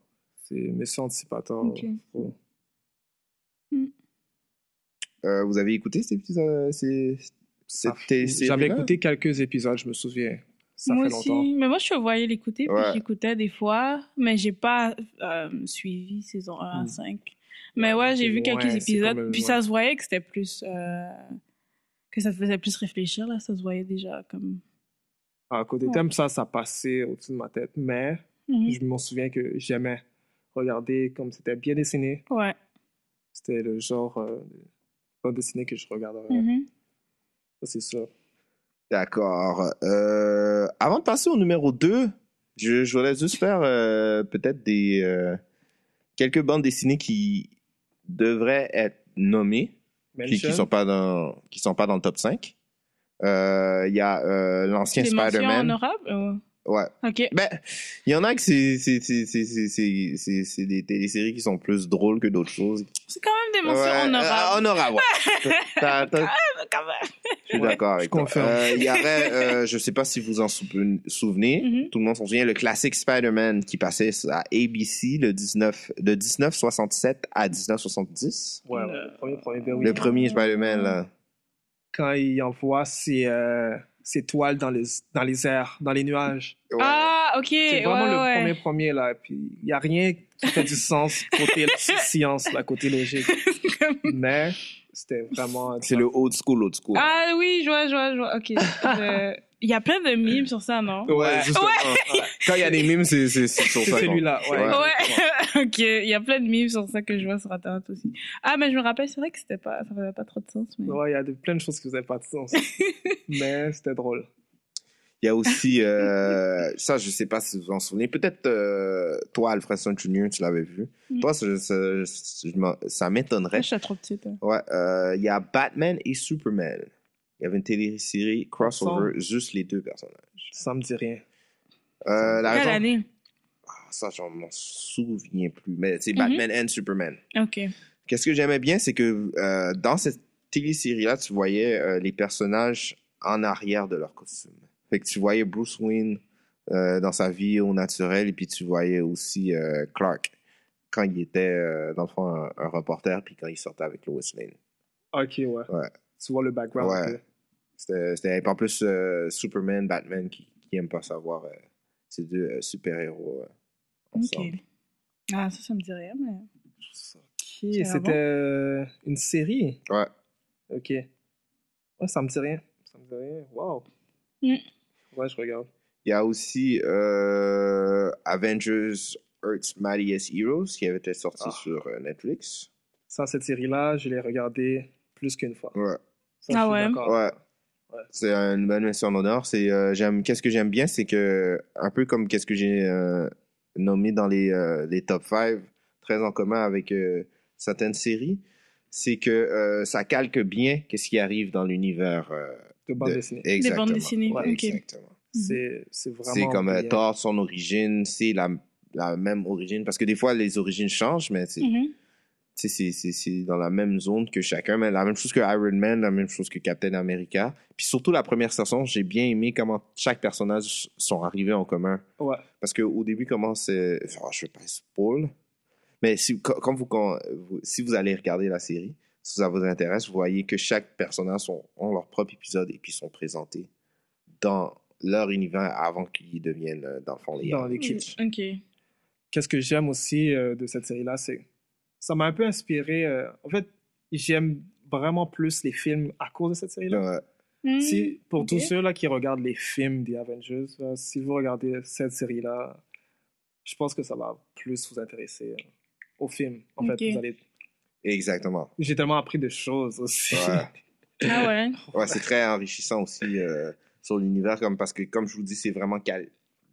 C'est Mission Anticipateur. Ok. Oh. Euh, vous avez écouté ces petits euh, ces, Ça- cette télé- Ah. J'avais série-là? écouté quelques épisodes, je me souviens. Ça moi fait aussi. longtemps. Mais moi, je voyais l'écouter, puis Ouais. j'écoutais des fois, mais j'ai pas euh, suivi saison 1 à Hmm. 5. Mais Ouais, ouais, donc j'ai c'est vu loin, quelques c'est épisodes, comme, euh, puis ouais. ça se voyait que c'était plus. euh, que ça te faisait plus réfléchir, là. Ça se voyait déjà comme. À côté Ouais. thème, Ah, ça, ça passait au-dessus de ma tête. Mais Mhm. je m'en souviens que j'aimais regarder comme c'était bien dessiné. Ouais. C'était le genre euh, de bande dessinée que je regarderais. Mhm. Ça, C'est ça. D'accord. Euh, avant de passer au numéro 2, je, je voudrais juste faire euh, peut-être des euh, quelques bandes dessinées qui devraient être nommées, puis qui Mention. sont pas dans qui sont pas dans le top 5. Euh, Il y a euh, l'ancien Des mentions Spider-Man. honorables ou- Ouais. Ok. Ben, il y en a que c'est c'est- c'est- c'est- c'est- c'est- c'est- c'est des téléséries qui sont plus drôles que d'autres choses. C'est quand même des mentions Ouais, euh, honorables. honorables, ouais. T'as- t'as- Quand même. je suis Ouais, d'accord avec je toi. confirme. Euh, Il y aurait, euh, je sais pas si vous en soupe- souvenez, Mhm. tout le monde s'en souvient, le classique Spider-Man qui passait à ABC le 19, de 1967 à 1970. Ouais, ouais, le premier, premier ben oui. Le premier Spider-Man, là. Quand il envoie ses, euh, ses toiles dans les, dans les airs, dans les nuages. Ouais. Ah, ok. C'est vraiment ouais, le ouais. premier premier, là. Puis il n'y a rien qui fait du sens côté science, là, côté logique. Mais c'était vraiment... C'est le old school, old school. Ah oui, je vois, je vois, je vois. Ok. Je- Il y a plein de mimes sur ça, non? ouais, justement. Quand il y a des mimes, c'est c'est- c'est sur C'est ça. qu'on- celui-là, ouais. Ouais. Ouais, ok. Il y a plein de mimes sur ça que je vois sur Internet aussi. Ah, mais je me rappelle, c'est vrai que c'était pas, ça faisait pas trop de sens. Mais... Ouais, il y a de- plein de choses qui faisaient pas de sens. Mais c'était drôle. Il y a aussi, euh, ça, je sais pas si vous vous en souvenez. Peut-être euh, toi, Alfredson Jr., tu l'avais vu. Mm. Toi, ça, ça, je m'en- ça Moi, m'étonnerait. je suis trop petite. hein. Ouais, euh, il y a Batman et Superman. Il y avait une télésérie crossover, juste les deux personnages. Ça me dit rien. Euh, la Quelle raison- année? Ah, ça, je m'en souviens plus, mais c'est Mhm. Batman and Superman. Ok. Qu'est-ce que j'aimais bien, c'est que euh, dans cette télésérie-là, tu voyais euh, les personnages en arrière de leur costume. Fait que tu voyais Bruce Wayne euh, dans sa vie au naturel, et puis tu voyais aussi euh, Clark quand il était, euh, dans le fond, un, un reporter, puis quand il sortait avec Lois Lane. Ok, ouais. Ouais. Tu vois le background. Ouais. un peu. C'était c'était- en plus euh, Superman, Batman qui, qui aime pas savoir euh, ces deux euh, super-héros euh, Ok. ensemble. Ah, ça, ça me dit rien, mais. Ok, C'est c'était avant? euh, une série. Ouais. Ok. Ouais, ça me dit rien. Ça me dit rien. Wow. Mm. Ouais, je regarde. Il y a aussi euh, Avengers Earth's Mightiest Heroes qui avait été sorti Ah. sur euh, Netflix. Ça, cette série-là, je l'ai regardée plus qu'une fois. Ouais. Ça, je Ah suis ouais? d'accord. Ouais. Ouais. C'est une bonne mention d'honneur. C'est euh, j'aime. Qu'est-ce que j'aime bien, c'est que un peu comme qu'est-ce que j'ai euh, nommé dans les, euh, les top 5, très en commun avec euh, certaines séries, c'est que euh, ça calque bien qu'est-ce qui arrive dans l'univers. euh, de bande de- dessinée. Exactement. bandes dessinées, Ouais, ok. Exactement. Mhm. C'est c'est vraiment. C'est comme euh, bien. Thor, son origine, c'est la, la même origine. Parce que des fois, les origines changent, mais c'est Mhm. tu sais, c'est- c'est c'est dans la même zone que chacun. Mais la même chose que Iron Man, la même chose que Captain America. Puis surtout, la première saison, j'ai bien aimé comment chaque personnage sont arrivés en commun. Ouais. Parce qu'au début, comment c'est. Enfin, je ne pas spoil. Mais si, quand quand vous, quand vous- si vous allez regarder la série, si ça vous intéresse, vous voyez que chaque personnage ont, ont leur propre épisode et puis sont présentés dans leur univers avant qu'ils deviennent, euh, dans le fond, les Dans les Mm, kitsch. Ok. Qu'est-ce que j'aime aussi euh, de cette série-là, c'est. Ça m'a un peu inspiré. euh, En fait, j'aime vraiment plus les films à cause de cette série-là. Ouais. Mm. Si, pour ok. tous ceux là, qui regardent les films des Avengers, là, si vous regardez cette série-là, je pense que ça va plus vous intéresser euh, au film. En Ok. fait, vous allez... Exactement. j'ai tellement appris des choses aussi. Ouais. Ah ouais. Ouais, c'est très enrichissant aussi euh, sur l'univers, comme, parce que, comme je vous dis, c'est vraiment, cal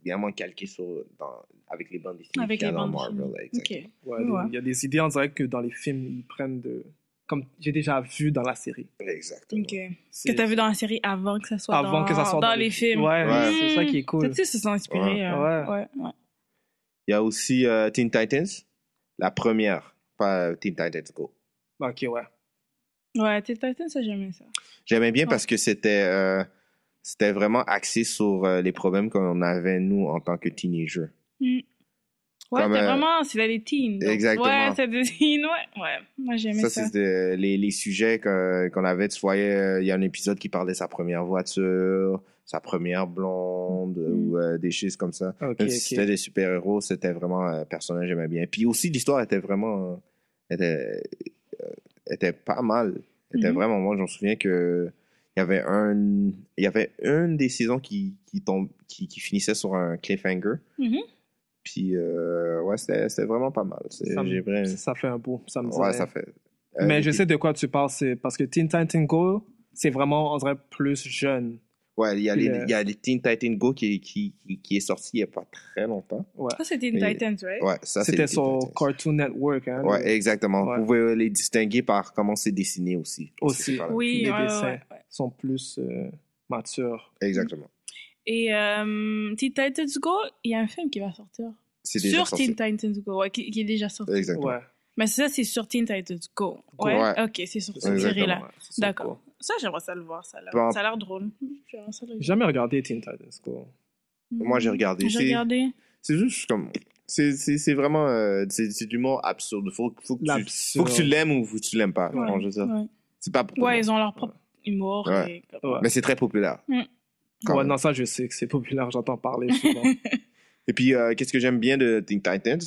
vraiment calqué sur, dans- avec les bandes dessinées. Avec qu'il y a les dans bandes Marvel, dessinées. là, Ok. exactement. Ouais, des- Ouais. Il y a des idées, on dirait que dans les films, ils prennent de. Comme j'ai déjà vu dans la série. Exactement. Ok. Que C'est- t'as vu dans la série avant que ça soit Avant dans, que ça sorte dans, les films. Hmm. Ouais, Ouais. c'est ça qui est Ça, cool. Tu sais, se sont inspirés. Ouais. euh, Ouais. ouais, ouais. Il y a aussi euh, Teen Titans, la première, pas euh, Teen Titans Go. Ok, ouais. Ouais, Teen Titans, ça, j'aimais ça. J'aimais bien parce que c'était euh, c'était vraiment axé sur euh, les problèmes qu'on avait, nous, en tant que teenagers. Ouais, Comme, c'était euh, vraiment, c'était des teens. donc. Exactement. Ouais, c'était des teens, ouais. Ouais, moi, j'aimais Ça, ça. c'est euh, les, les sujets que- qu'on avait. Tu voyais, euh, il y a un épisode qui parlait de sa première voiture, sa première blonde, Mm. ou euh, des choses comme ça. Ok, Même si ok. c'était des super-héros, c'était vraiment un personnage que j'aimais bien. Puis aussi, l'histoire était vraiment... euh, était, euh, était pas mal. Était Mhm. vraiment... Moi, je me souviens que... Il y avait un... Il y avait une des saisons qui, qui, tombe, qui, qui finissait sur un cliffhanger. Mhm. Puis, euh, ouais, c'était c'était vraiment pas mal. C'est- Ça me- J'ai vraiment... Ça fait un beau. Ça me Ouais, dirait. ça fait... euh, Mais les- je sais de quoi tu parles, c'est parce que Teen Titan Go, c'est vraiment, on dirait, plus jeune. Ouais, il y a, Puis les, le- il y a les Teen Titan Go qui, qui, qui, qui est sorti il n'y a pas très longtemps. Ouais. Ça, c'était Teen Mais- Titans, right? Ouais, ça, c'est C'était les Teen sur Titans. Cartoon Network, hein, Ouais, le- exactement. Ouais. Vous pouvez euh, les distinguer par comment c'est dessiné aussi. Parce que Aussi. c'est pas la- Oui, les ouais, ouais, dessins. ouais. sont plus euh, matures. Exactement. Et euh, Teen Titans Go, il y a un film qui va sortir. C'est déjà Sur sorti. Teen Titans Go, ouais, qui, qui est déjà sorti. Exactement. Ouais. Mais ça, c'est sur Teen Titans Go. Go, Ouais, ouais. ok, c'est sur cette Exactement. série-là. Ouais, c'est ça, D'accord. quoi. Ça, j'aimerais ça le voir, ça a l'air, Bon. ça a l'air drôle. J'aimerais ça le J'ai jamais regardé Teen Titans Go. Moi, j'ai regardé. J'ai C'est- regardé. C'est juste comme. C'est c'est- c'est vraiment. euh, c'est c'est de l'humour absurde. Faut, faut que tu, faut L'absurde. que tu l'aimes ou faut que tu l'aimes pas. Ouais, Bon, je veux dire, ouais. C'est pas pour tout le Ouais, monde. ils ont leur propre humour. Ouais. et comme- Ouais. Mais c'est très populaire. Mm. Quand Ouais, même. non, ça, je sais que c'est populaire, j'entends parler souvent. Et puis, euh, qu'est-ce que j'aime bien de Teen Titans?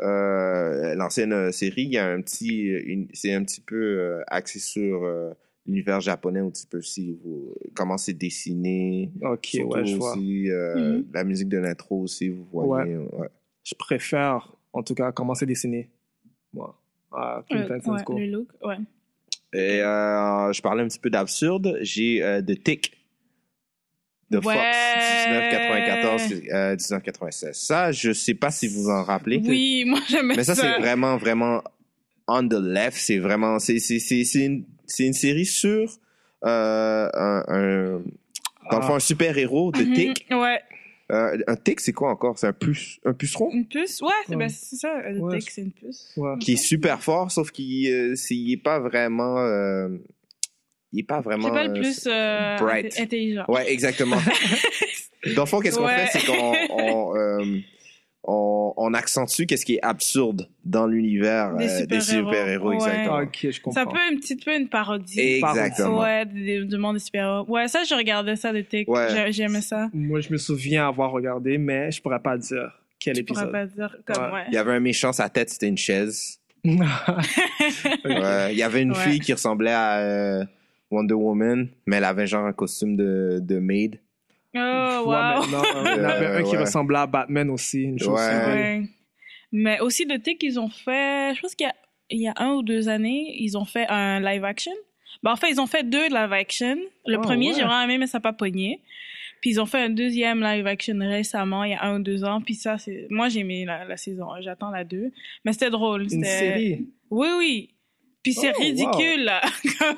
Euh, L'ancienne euh, série, il y a un petit, euh, une- c'est un petit peu euh, axé sur euh, l'univers japonais, un petit peu si vous, comment c'est dessiné. ok, Surtout ouais, je vois. aussi, euh, Mhm. la musique de l'intro aussi, vous voyez. ouais. Je préfère, en tout cas, commencer à dessiner. Moi. à Teen Euh, Titans ouais, Go. le look, ouais. Et euh, je parlais un petit peu d'absurde. J'ai euh, The Tick de Fox Ouais. 1994 euh, 1996. Ça, je sais pas si vous en rappelez. Oui, moi j'aimais Mais ça, ça. c'est vraiment, vraiment on the left. C'est vraiment, c'est, c'est, c'est, c'est une, c'est une série sur euh, un, un, dans le Ah. fond, un super-héros de Mhm, tic. Ouais, Euh, un tic, c'est quoi encore? C'est un puce, un puceron une puce. Ouais, c'est Ouais. ben, c'est ça. Le Ouais, tech, c'est une puce. Ah, ouais. qui est super fort, sauf qu'il euh, c'est- il est pas vraiment... euh, il est pas vraiment... C'est pas le euh, plus euh, bright. inté- intelligent. Ouais, exactement. Dans le fond, qu'est-ce qu'on Ouais. fait, c'est qu'on on, euh, on, on accentue qu'est-ce qui est absurde dans l'univers Des euh, des super-héros. super-héros, Ouais. exactement. Ok, je comprends. Ça peut un petit peu une parodie. Exactement. Ouais, des- du monde des super-héros. Ouais, ça, je regardais ça de tic. Ouais. J'a- J'aimais ça. Moi, je me souviens avoir regardé, mais je pourrais pas dire quel Je pourrais épisode. pas dire comme, ouais. Il y avait un méchant, sa tête, c'était une chaise. Ok. Ouais, il y avait une Ouais. fille qui ressemblait à euh, Wonder Woman, mais elle avait genre un costume de, de maid. Oh, Ouais, wow. mais non, euh, il y en avait Euh, un qui ouais. ressemblait à Batman aussi, une chose Ouais. pareille. Ouais. Mais aussi, le thé qu'ils ont fait, je pense qu'il y a, il y a un ou deux années, ils ont fait un live action. Ben, en fait, ils ont fait deux live action. Le Ah, premier, ouais. j'ai vraiment aimé, mais ça n'a pas pogné. Puis ils ont fait un deuxième live action récemment, il y a un ou deux ans. Puis ça, c'est. Moi, j'ai aimé la, la saison 1, j'attends la 2. Mais c'était drôle. Une c'était- série. Oui, oui. Puis c'est Oh, wow. ridicule, là.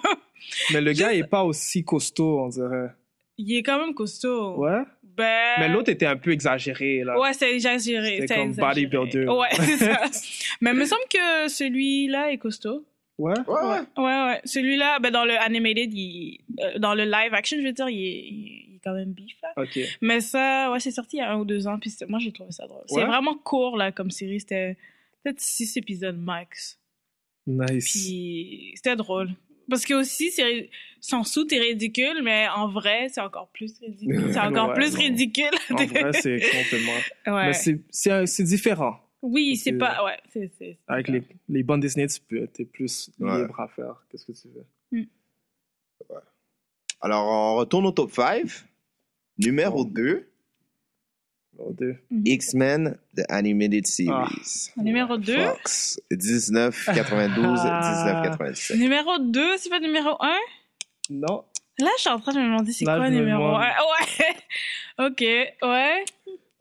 Mais le gars est pas aussi costaud, on dirait. il est quand même costaud. Ouais. Ben... Mais l'autre était un peu exagéré, là. Ouais, c'est exagéré. C'était c'est comme exagéré. bodybuilder. Ouais, c'est ça. Mais il me semble que celui-là est costaud. Ouais. Ouais. Ouais, ouais. Celui-là, ben, dans le animated, il- euh, dans le live action, je veux dire, il est, il est quand même bif, là. Ok. Mais ça, ouais, c'est sorti il y a un ou deux ans, puis c'était- moi, j'ai trouvé ça drôle. Ouais. C'est vraiment court, là, comme série. C'était peut-être six épisodes max. Nice. Puis c'était drôle. Parce que aussi, c'est ri- sans sous, est ridicule, mais en vrai, c'est encore plus ridicule. C'est encore Ouais, plus non. ridicule. En vrai, c'est complètement. ouais. Mais c'est- c'est un- c'est différent. Oui, c'est euh, c'est- pas... Ouais, c'est... c'est- Avec les, les bandes dessinées, tu peux, t'es plus Ouais. libre à faire. Qu'est-ce que tu veux? Alors, on retourne au top 5. Numéro 2, Mon Dieu. Mhm. X-Men, The Animated Ah. Series. Numéro 2. Fox, 1992, Ah. 1987. Numéro 2, c'est pas numéro 1? Non. Là, je suis en train de me demander c'est Là, quoi je me numéro 1. demande. Ouais. OK, ouais.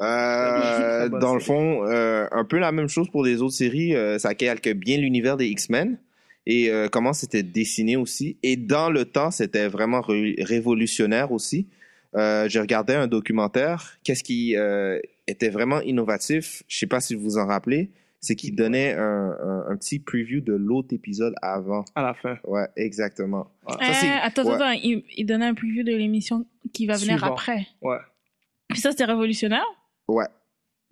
Euh, Très bonne dans le série. fond, euh, un peu la même chose pour les autres séries. euh, ça calque bien l'univers des X-Men et euh, comment c'était dessiné aussi. Et dans le temps, c'était vraiment ré- révolutionnaire aussi. Euh, J'ai regardé un documentaire. Qu'est-ce qui euh, était vraiment innovatif Je sais pas si vous vous en rappelez. C'est qu'il donnait un, un- un petit preview de l'autre épisode avant. À la fin. Ouais, exactement. Ça, Euh, c'est- attends, ouais. attends, il, il donnait un preview de l'émission qui va venir Suivant. après. Ouais. Puis ça, c'était révolutionnaire? Ouais.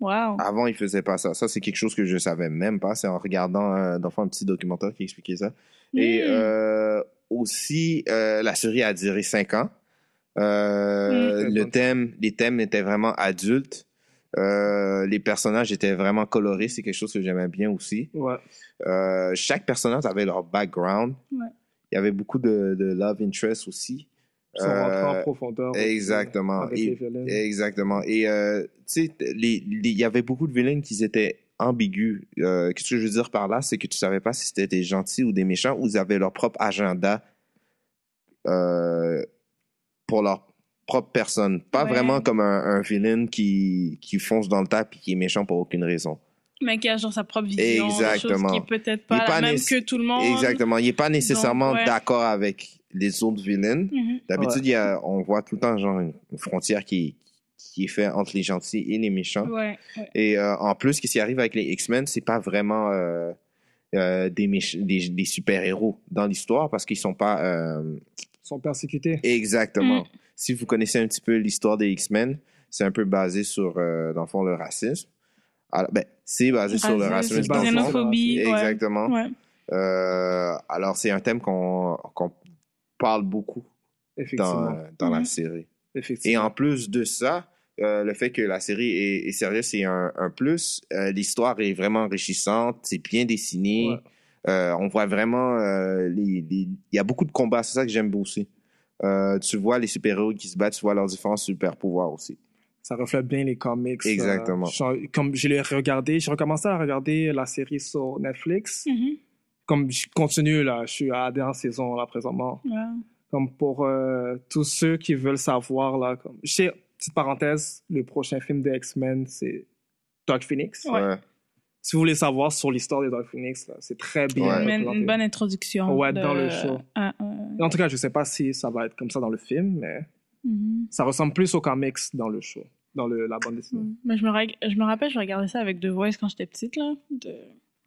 Ah, Wow. Avant, il faisait pas ça. Ça, c'est quelque chose que je savais même pas. C'est en regardant euh, dans le fond, un petit documentaire qui expliquait ça. Et Hmm. euh, aussi, euh, la série a duré cinq ans. Euh, Hmm. Mm. Le thème, les thèmes étaient vraiment adultes. Euh, les personnages étaient vraiment colorés. C'est quelque chose que j'aimais bien aussi. Ouais. Euh, chaque personnage avait leur background. Ouais. Il y avait beaucoup de, de love interest aussi. Ils sont rentrés en Euh, profondeur. aussi, exactement. Avec Et- les violines. Exactement. Et euh, tu sais, t- les- les- il y avait beaucoup de vilains qui étaient ambigus. Euh, Qu'est-ce que je veux dire par là? C'est que tu savais pas si c'était des gentils ou des méchants ou ils avaient leur propre agenda euh, pour leur propre personne. Pas Ouais. vraiment comme un, un vilain qui, qui fonce dans le tas et qui est méchant pour aucune raison. Mais qui a genre sa propre vision. Exactement. Exactement. Qui est peut-être Il pas est la pas même né- que tout le monde. Exactement. Il n'est pas nécessairement Oh. ouais. d'accord avec les autres vilains. Mhm. D'habitude, il y a- on voit tout le temps genre une, une frontière qui, qui est faite entre les gentils et les méchants. Ouais, ouais. Et euh, en plus, ce qui arrive avec les X-Men, c'est pas vraiment euh, euh, des, méch- des, des super-héros dans l'histoire parce qu'ils sont pas euh, Ils sont persécutés. Mm. exactement. Si vous connaissez un petit peu l'histoire des X-Men, c'est un peu basé sur, euh, dans le fond, le racisme. Alors, ben, c'est basé sur le Racisme, racisme, dans le fond. xénophobie. ouais. Exactement. Ouais. Euh, alors, c'est un thème qu'on qu'on parle beaucoup Effectivement. dans, dans la Mhm. série. Et Effectivement. en plus de ça, euh, le fait que la série est, est sérieuse, c'est un, un plus. Euh, L'histoire est vraiment enrichissante, c'est bien dessiné. Ouais. Euh, on voit vraiment... euh, les- les- Il y a beaucoup de combats, c'est ça que j'aime aussi. Euh, tu vois les super-héros qui se battent, tu vois leurs différents super-pouvoirs aussi. Ça reflète bien les comics. euh, Exactement. genre, comme je l'ai regardé, j'ai recommencé à regarder la série sur Netflix. Mhm. Comme je continue, là, je suis à la dernière saison, là, présentement. Ouais. Comme pour euh, tous ceux qui veulent savoir, là, comme... Je sais, petite parenthèse, le prochain film des X-Men, c'est Dark Phoenix. Ouais. Si vous voulez savoir sur l'histoire des Dark Phoenix, là, c'est très bien Ouais. Une, représenté. une bonne introduction. Ouais, de- dans le show. Ah, ouais. En tout cas, je sais pas si ça va être comme ça dans le film, mais Mhm. ça ressemble plus aux comics dans le show, dans le, la bande dessinée. Mm. Mais je me, reg- je me rappelle, je regardais ça avec The Voice quand j'étais petite, là. De-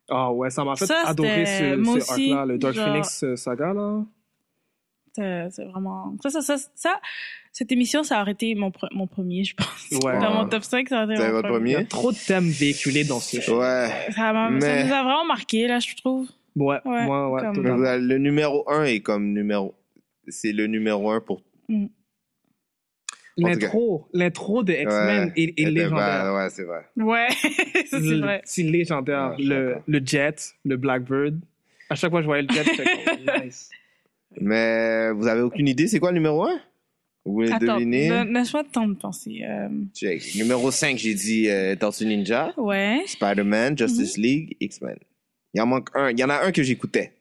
Ah ouais, ça m'a fait Ça, adorer c'était- ce, moi ce aussi, arc-là, le Dark genre- Phoenix euh, saga, là. C'est c'est vraiment... Ça, ça, ça, ça- cette émission, ça aurait été mon, pre- mon premier, je pense. Ouais. Dans mon Ouais. top 5, ça aurait été C'était mon Ah, votre Il y a premier? trop de thèmes véhiculés dans ce show. Ouais. Ça, m'a- ça Mais- nous a vraiment marqué, là, je trouve. Ouais, Ouais, ouais, ouais. comme- totalement. Le le numéro 1 est comme numéro... C'est le numéro 1 pour... En tout cas. L'intro, l'intro de X-Men Ouais, est, est Eh ben, légendaire. ouais, c'est vrai. Ouais, ça, c'est Le- vrai. C'est légendaire. Ouais, je suis le, d'accord. le Jet, le Blackbird. À chaque fois que je voyais le Jet, j'étais comme, nice. Mais vous avez aucune idée, c'est quoi le numéro 1? Vous voulez Attends, deviner? donne- laisse-moi le temps de penser. euh, Check. Numéro 5, j'ai dit euh, Tortue Ninja, Ouais. Spider-Man, Justice Mhm. League, X-Men. Il en manque un. Il y en a un que j'écoutais.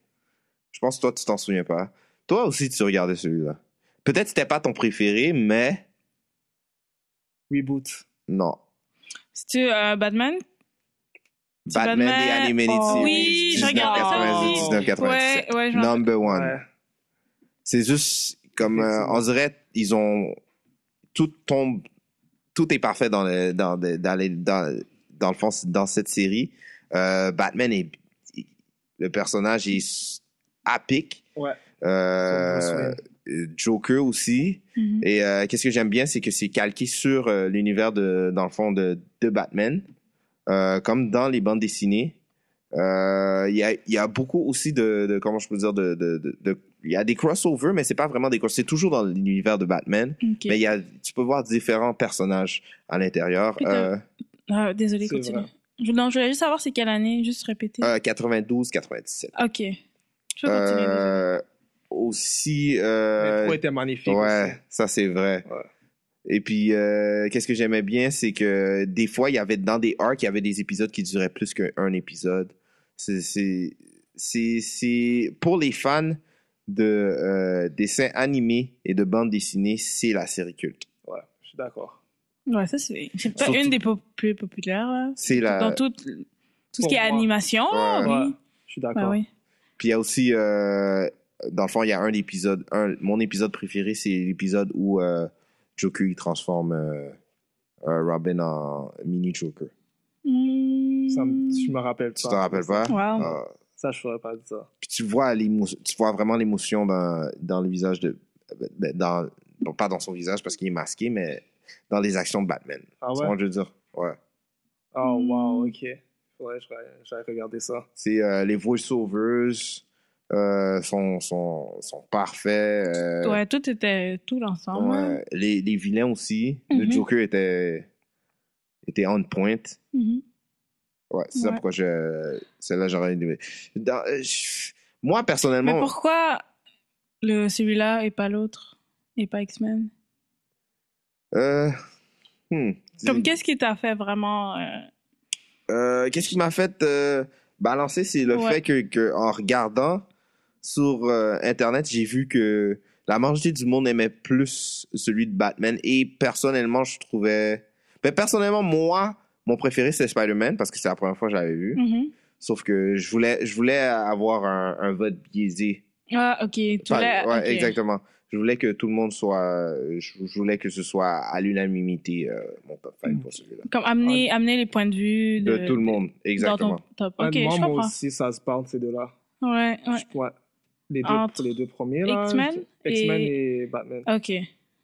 Je pense que toi, tu t'en souviens pas. Toi aussi, tu regardais celui-là. Peut-être que c'était pas ton préféré, mais Reboot. Non. C'est-tu euh, Batman? C'est Batman, The Animated Oh, Series. oui, 1990, je regarde ça aussi. 1997. Ouais, ouais, je m'en rappelle. Number one. Ouais. C'est juste comme euh, on dirait ils ont tout tombe tout est parfait dans le dans dans dans, les- dans, dans le fond dans cette série. Euh, Batman est il- le personnage est s- à pic. Ouais. Euh, C'est Bruce Joker aussi. Mhm. Et euh, qu'est-ce que j'aime bien, c'est que c'est calqué sur euh, l'univers de dans le fond de, de Batman, Euh, comme dans les bandes dessinées. Euh, Il y, a, il y a beaucoup aussi de, de- comment je peux dire de de- de- de- il y a des crossovers, mais c'est pas vraiment des crossovers. C'est toujours dans l'univers de Batman, Ok. mais il y a, tu peux voir différents personnages à l'intérieur. Puis Euh, Ah, désolé, C'est continue. vrai. Je- Non, je voulais juste savoir c'est quelle année, juste répéter. euh, 92, 97. Ok. Je peux continuer. désolé. Euh, aussi. Euh, L'intro était magnifique. Ouais, ça c'est vrai. Ouais. Et puis, euh, qu'est-ce que j'aimais bien, c'est que des fois, il y avait dans des arcs, il y avait des épisodes qui duraient plus qu'un épisode. C'est- C'est c'est- c'est- pour les fans de euh, dessins animés et de bandes dessinées, c'est la série culte. aussi. Ouais, je suis d'accord. Ouais, ça c'est c'est pas Surtout- une des pop- plus populaires là. C'est Dans la. tout, tout ce Pour qui est moi. animation, Ouais. Ouais, Ah oui. je suis Ouais, d'accord. oui. Puis il y a aussi, euh, dans le fond, il y a un épisode, un, mon épisode préféré, c'est l'épisode où euh, Joker il transforme euh, euh, Robin en mini Joker. Ça me- je me rappelle pas. Tu te rappelles pas? Mm. Wow. Ah, Ça, je saurais pas dire ça. puis tu vois l'émo- tu vois vraiment l'émotion dans, dans le visage de ben, dans bon, pas dans son visage parce qu'il est masqué mais dans les actions de Batman Ah Tu vois ce ouais? que je veux dire ouais Oh, wow, Mm. ok. Faudrait que je re- j'aille regarder ça. c'est euh, les voiceovers euh, sont, sont, sont parfaits euh, Ouais, tout était tout l'ensemble. hein. là. ouais, les, les vilains aussi le Mhm. Joker était était on point Mhm. ouais c'est ça Ouais. pourquoi je celle-là j'aurais aimé Dans- euh, je- moi Mais personnellement pourquoi le celui-là et pas l'autre et pas X-Men euh, hmm, Comme qu'est-ce qui t'a fait vraiment euh, Euh, qu'est-ce qui m'a fait euh, balancer, c'est le Ouais. fait que, que en regardant sur euh, internet, j'ai vu que la majorité du monde aimait plus celui de Batman et personnellement, je trouvais mais personnellement moi, mon préféré c'est Spider-Man parce que c'est la première fois que j'avais vu. mhm. Sauf que je voulais je voulais avoir un, un vote biaisé. Ah, ok. Tu Enfin, l'as- ouais, ok. exactement. Je voulais que tout le monde soit je, je voulais que ce soit à l'unanimité euh, mon top 5 pour celui-là. Comme amener, amener les points de vue Mm. de, De tout le monde, exactement. Dans ton top. Ok, Honnêtement, je moi comprends. aussi, ça se parle, ces deux-là. Ouais, ouais. Je pourrais- Les deux, Entre les deux premiers, là. X-Men je- X-Men et- et... Batman. Ok.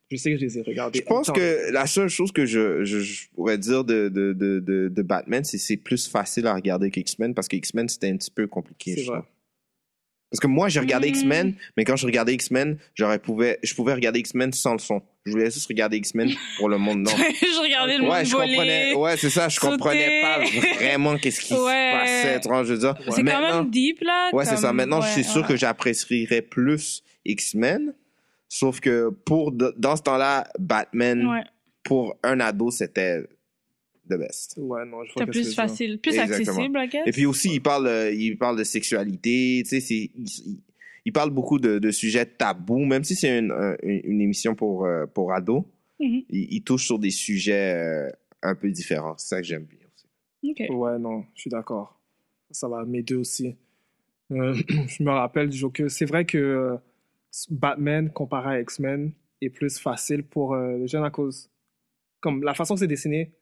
Je sais que je les ai regardés. Je pense autant. que la seule chose que je, je, je pourrais dire de, de, de, de, de Batman, c'est que c'est plus facile à regarder qu'X-Men parce que X-Men, c'était un petit peu compliqué. C'est je vrai. trouve. Parce que moi, j'ai regardé Mm. X-Men, mais quand je regardais X-Men, j'aurais pouvais, je pouvais regarder X-Men sans le son. Je voulais juste regarder X-Men pour le monde. Non. je regardais le ouais, monde je comprenais. voler. Ouais, c'est ça. Je sauter. comprenais pas vraiment qu'est-ce qui Ouais. se passait. tu vois, Je veux dire, C'est quand maintenant- même deep, là. Ouais, c'est comme- ça. Maintenant, je suis ouais, sûr ouais. que j'apprécierais plus X-Men. Sauf que pour, dans ce temps-là, Batman, Ouais, pour un ado, c'était the best. Ouais, non, je crois c'était que plus facile, plus Exactement. accessible, I guess. Et puis aussi, il parle, euh, il parle de sexualité, tu sais, c'est- il, il- il parle beaucoup de, de sujets tabous, même si c'est une, un- une, une émission pour, euh, pour ados, Mm-hmm. Mhm. il, il touche sur des sujets euh, un peu différents. C'est ça que j'aime bien aussi. Ok. Ouais, non, je suis d'accord. Ça va, mes deux aussi. Euh, je me rappelle du Joker. C'est vrai que euh, Batman, comparé à X-Men, est plus facile pour euh, les jeunes à cause. Comme la façon que c'est dessiné,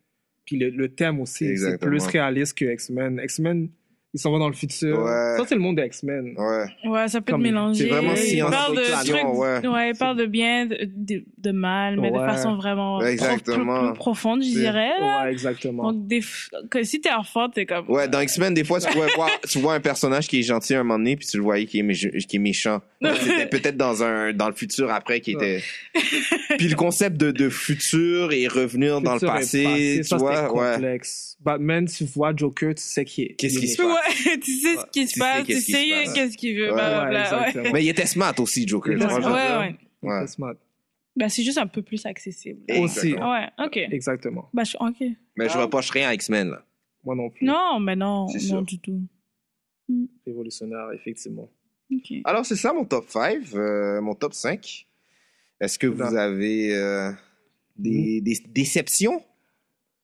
puis le, le thème aussi, c'est Exactement. plus réaliste que X-Men. X-Men, ils s'en vont dans le futur. Ouais. Ça, c'est le monde des X-Men. Ouais. Ouais, ça peut te Comme- mélanger. c'est vraiment Il science parle de fiction, trucs, ouais. ouais. il parle de bien, de, de- de mal, mais de Ouais. façon vraiment Ouais, prof- plus- exactement. plus profonde, je C'est- dirais. là. Ouais, exactement. Donc, des f- que si t'es enfant, t'es comme. Ouais, dans X-Men, des fois, tu, pouvais voir, tu vois un personnage qui est gentil à un moment donné, puis tu le voyais qui est, méch- qui est méchant. C'était peut-être dans, un, dans le futur après qui était. Puis le concept de, de futur et revenir dans le Futur et passé, tu ça, c'était vois, ouais. complexe. Batman, tu vois Joker, tu sais qui est. Qu'est-ce qui se passe? Ouais, tu sais ce qui Tu se sais passe, tu qu'est-ce qui se sais passe. qu'est-ce qu'il veut, Ouais, blablabla. Ouais, exactement. Mais il était smart aussi, Joker. Il tu était vois, smart. je veux ouais, dire. ouais. Ouais. Très smart. Ben, c'est juste un peu plus accessible. Ah Aussi. Exactement. Ouais, ok. Exactement. Ben, je- ok. Mais je reproche rien à X-Men, là. Moi non plus. Non, mais non, C'est sûr. non du tout. Révolutionnaire, effectivement. Ok. Alors, c'est ça mon top 5, euh, mon top 5. Est-ce que vous Non. avez euh, Des, des déceptions?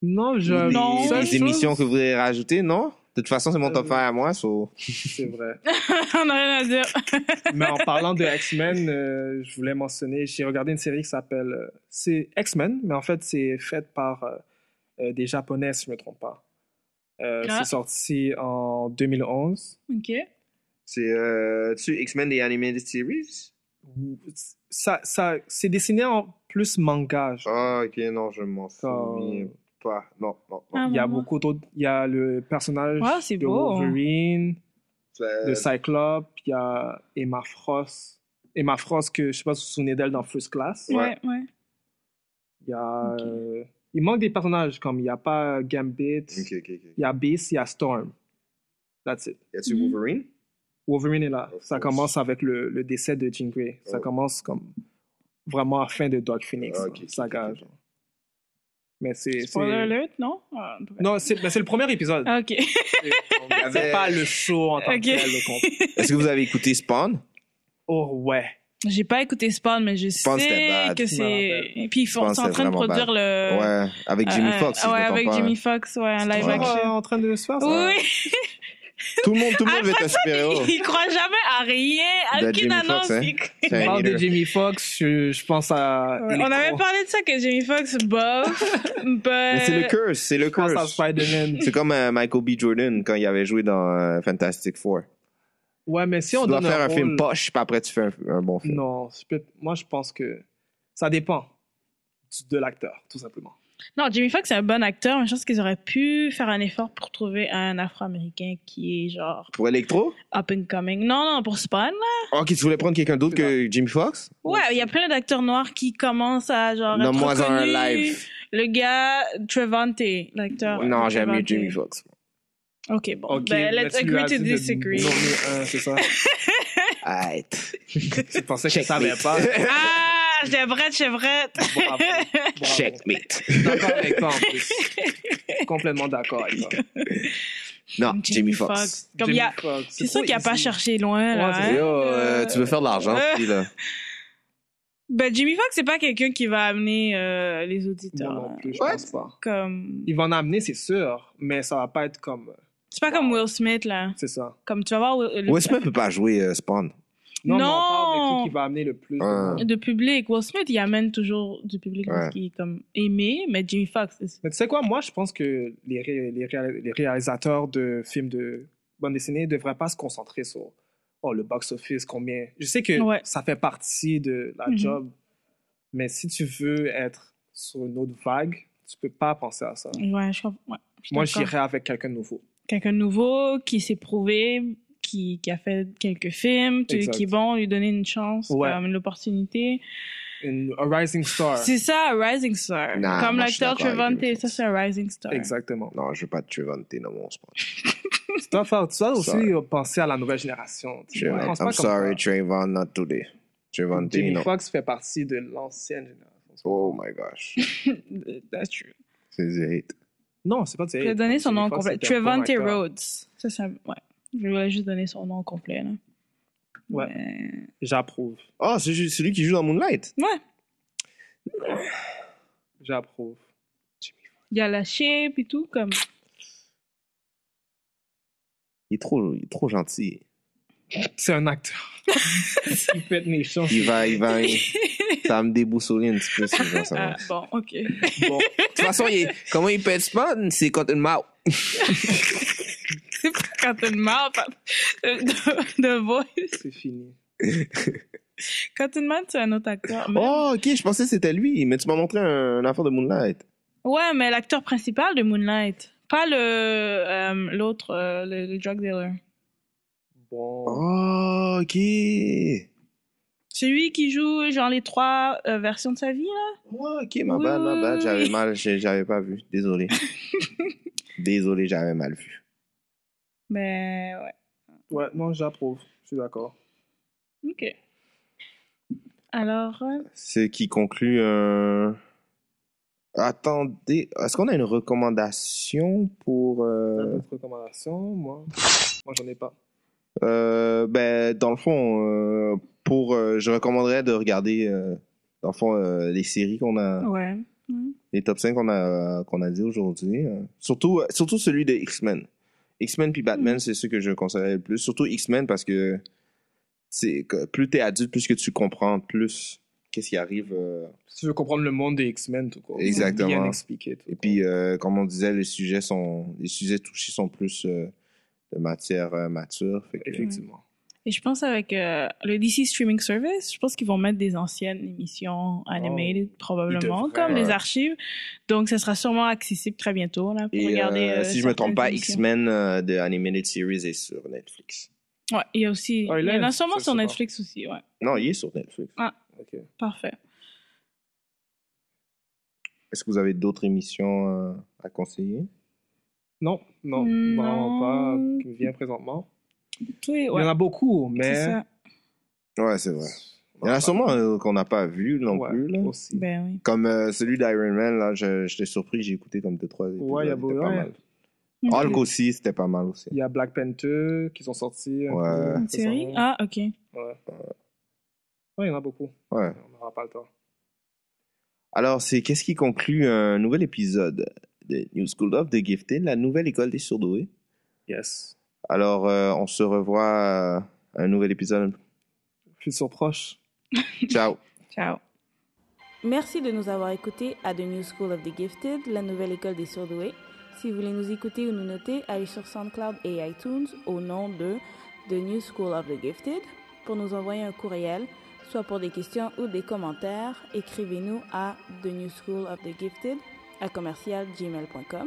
Non, je. Ou des, Non. Seule des chose- émissions que vous voulez rajouter, non? De toute façon, c'est mon top Euh, 5 à moi, so... C'est vrai. On n'a rien à dire. Mais en parlant de X-Men, euh, je voulais mentionner, j'ai regardé une série qui s'appelle. euh, c'est X-Men, mais en fait, c'est faite par euh, euh, des Japonais, si je ne me trompe pas. Euh, Ah. C'est sorti en 2011. OK. C'est, euh, tu X-Men des Animated Series? Ça, ça, c'est dessiné en plus manga. genre. Ah, ok, non, je m'en Quand- souviens pas. Non, non, non. euh, Ah, Il y a vraiment. beaucoup d'autres. Il y a le personnage Ah, Ouais, c'est de beau. hein. Wolverine, C'est- de Cyclope, il y a Emma Frost. Emma Frost, que je ne sais pas si vous vous souvenez d'elle dans First Class. Ouais, ouais. Il y a. Ok. euh, il manque des personnages, comme il n'y a pas Gambit, Ok, ok, ok. il y a Beast, il y a Storm. That's it. Y a-tu Mhm. Wolverine? Wolverine est là. Of Ça course. commence avec le, le décès de Jean Grey. Ça Oh. commence comme vraiment à la fin de Dark Phoenix. Ah, là, ok, ok, saga, ok, ok. genre. Mais c'est. Spoiler c'est- alert, non? Ah, en tout cas. Non, c'est mais c'est le premier épisode. Ah, OK. C'est- C'est pas le show en tant que Ok. tel. le compte. Est-ce que vous avez écouté Spawn? Oh ouais. J'ai pas écouté Spawn, mais je Spawn, c'était sais bad. que Je m'en c'est... rappelle. Et Puis ils font- Spawn, sont en c'était train de vraiment produire le... Ouais, avec Euh, Jimmy euh, Fox. si je ouais, me trompe avec pas. Jimmy Fox, ouais, un live Ouais. Toujours, euh, action. en train de se faire. ça. Oui, Tout le monde, tout le Ah, monde veut je t'inspirer. oh. il croit jamais à rien, à De aucune Jamie annonce. Fox, hein. il- C'est On un parle de leader. Jimmy Fox, je, je pense à. Ouais, Electro. On avait parlé de ça que Jamie Fox bof, Mais but... c'est le curse, c'est le Je pense à curse. Spider-Man. C'est comme euh, Michael B. Jordan quand il avait joué dans euh, Fantastic Four. Ouais, mais si on tu dois donne faire un, rôle- film poche, puis après tu fais un, un bon film. Non, je peux- moi je pense que ça dépend du- de l'acteur, tout simplement. Non, Jamie Foxx c'est un bon acteur, mais je pense qu'ils auraient pu faire un effort pour trouver un Afro-Américain qui est genre Pour Electro Oh, up and coming. Non, non, pour Spawn. là. Ok, tu voulais prendre quelqu'un d'autre que Jimmy Fox Ouais, il y a plein d'acteurs noirs qui commencent à genre être Nomme-moi en un reconnus. live. Le gars Trevante, Ah, l'acteur. non, Trevante. j'aime mieux Jimmy Fox. Ok, bon. Ok, ben, mais let's tu lui as agree to dit de disagree. nommer un, c'est ça. Arrête. Je pensais que je savais pas. Ah, chevrette, chevrette. Bravo, bravo. Checkmate. Je suis D'accord avec toi en plus. Complètement d'accord avec toi. Non, Jimmy Fox. Comme il y a, c'est sûr qu'il a pas cherché loin là. Ouais, hein. c'est- Yo, euh, Euh, tu veux faire de l'argent, euh. puis là. Ben Jimmy Fox c'est pas quelqu'un qui va amener euh, les auditeurs. Non, là. non plus, je What? pense pas. Comme, Il va en amener, c'est sûr, mais ça va pas être comme. c'est pas comme Will Smith là. C'est ça. Comme tu vas voir Will- le- Will Smith peut pas jouer euh, Spawn. mais on Non. parle des trucs qui va amener le plus. de Ah. monde. de public. Will Smith il amène toujours du public Ouais. parce qu'il est comme aimé, mais Jimmy Fox. c'est- Mais tu sais quoi, moi, je pense que les, ré- les, ré- les réalisateurs de films de bande dessinée ne devraient pas se concentrer sur oh, le box-office, combien. Je sais que Ouais. ça fait partie de la Mhm. job, mais si tu veux être sur une autre vague, tu peux pas penser à ça. Ouais, je comprends. ouais, je suis Moi, d'accord. j'irais avec quelqu'un de nouveau. quelqu'un de nouveau qui s'est prouvé, qui, qui a fait quelques films, tu- Exact. qui est bon, lui donner une chance, Ouais. comme une opportunité. Une, a rising star. C'est ça, un rising star. Nah, comme moi, je suis l'acteur d'accord avec Trevante, Jimmy ça c'est un rising star. Exactement. Non, je veux pas de Trevante dans mon Spawn. Tu dois, faire- tu dois aussi Sorry. euh, penser à la nouvelle génération. tu Je- vois. Pense pas I'm comme sorry, ça. Trayvon, not today. Trayvon, Jamie non. Foxx fait partie de l'ancienne génération. Oh my gosh. That's true. C'est du hate. Non, c'est pas de Je vais donner son Jamie nom Foxx, complet. c'était un bon Trevante acteur. Rhodes. Ça, ça, ouais. Je voulais juste donner son nom complet. Là. Ouais. Mais- J'approuve. Oh, c'est ju- celui qui joue dans Moonlight. ouais. J'approuve. Il y a la shape et tout. Comme... Il est trop, il est trop gentil. C'est un acteur. il peut être méchant. Il va, il va. ça va me déboussoler un petit peu, ces gens, ça va. Ah, bon, ok. Bon, De toute façon, il est- comment il peut être Spawn C'est Cotton Mouth. C'est pas quand t'as une mort de, de voice. c'est fini. Quand une mort, c'est un autre acteur. mais- Oh, ok, je pensais que c'était lui, mais tu m'as montré un, un affaire de Moonlight. Ouais, mais l'acteur principal de Moonlight. Pas le euh, l'autre, euh, le, le drug dealer. Bon. Oh, ok. Celui qui joue genre les trois euh, versions de sa vie, là. Oh, ok, ma bad, ma bad. J'avais mal, j'ai- j'avais pas vu. Désolé. Désolé, j'avais mal vu. Mais Ben, ouais, Ouais, non, j'approuve. Je suis d'accord. ok. Alors, euh, Ce qui conclut un. Attendez, est-ce qu'on a une recommandation pour. T'as euh, d'autres recommandations, moi Moi, j'en ai pas. Euh, ben, dans le fond, euh, pour, euh, je recommanderais de regarder, euh, dans le fond, euh, les séries qu'on a, ouais. les top 5 qu'on a, qu'on a dit aujourd'hui. euh, Surtout, euh, surtout celui de X-Men. X-Men puis Batman, c'est ce que je conseillerais le plus. Surtout X-Men parce que, c'est que plus t'es adulte, plus que tu comprends, plus qu'est-ce qui arrive. euh, Si tu veux comprendre le monde des X-Men, tout court. Exactement. Bien expliqué. tout Et court. puis, euh, comme on disait, les sujets sont, les sujets touchés sont plus euh, de matière euh, mature. Fait que- effectivement. Et je pense avec euh, le DC Streaming Service, je pense qu'ils vont mettre des anciennes émissions animated, probablement, devraient, comme les Oh, ouais. archives. Donc, ça sera sûrement accessible très bientôt là, pour Et regarder. euh, euh, si je me trompe pas, certaines émissions. X-Men euh, de Animated Series est sur Netflix. Ouais, il y a aussi. Ah, il il y en est, a ça, sûrement je sur sais pas. Netflix aussi, ouais. Non, il est sur Netflix. Ok. Parfait. Est-ce que vous avez d'autres émissions euh, à conseiller Non, non, Non. vraiment pas. Qui me vient présentement. Oui, Il y ouais. en a beaucoup, C'est mais. ça. Ouais, c'est vrai. Il y en a sûrement euh, qu'on n'a pas vu non Ouais, plus. là. aussi. Ben oui. Comme euh, celui d'Iron Man, là, je- j'étais surpris, j'ai écouté comme deux, trois épisodes. Ouais, il y a c'était beaucoup. pas ouais. mal. Hulk aussi, c'était pas mal aussi. Il y a Black Panther qui sont sortis. un Ouais. peu, Une saison série un. Ah, ok. Ouais. Ouais, il y en a beaucoup. Ouais. On n'aura pas le temps. Alors, c'est qu'est-ce qui conclut un nouvel épisode de New School of the Gifted, la nouvelle école des surdoués. Yes. Alors, euh, on se revoit euh, à un nouvel épisode. Futur proche. Ciao. Ciao. Merci de nous avoir écoutés à The New School of the Gifted, la nouvelle école des surdoués. Si vous voulez nous écouter ou nous noter, allez sur SoundCloud et iTunes au nom de The New School of the Gifted pour nous envoyer un courriel, soit pour des questions ou des commentaires. Écrivez-nous à The New School of the Gifted à commercialgmail.com.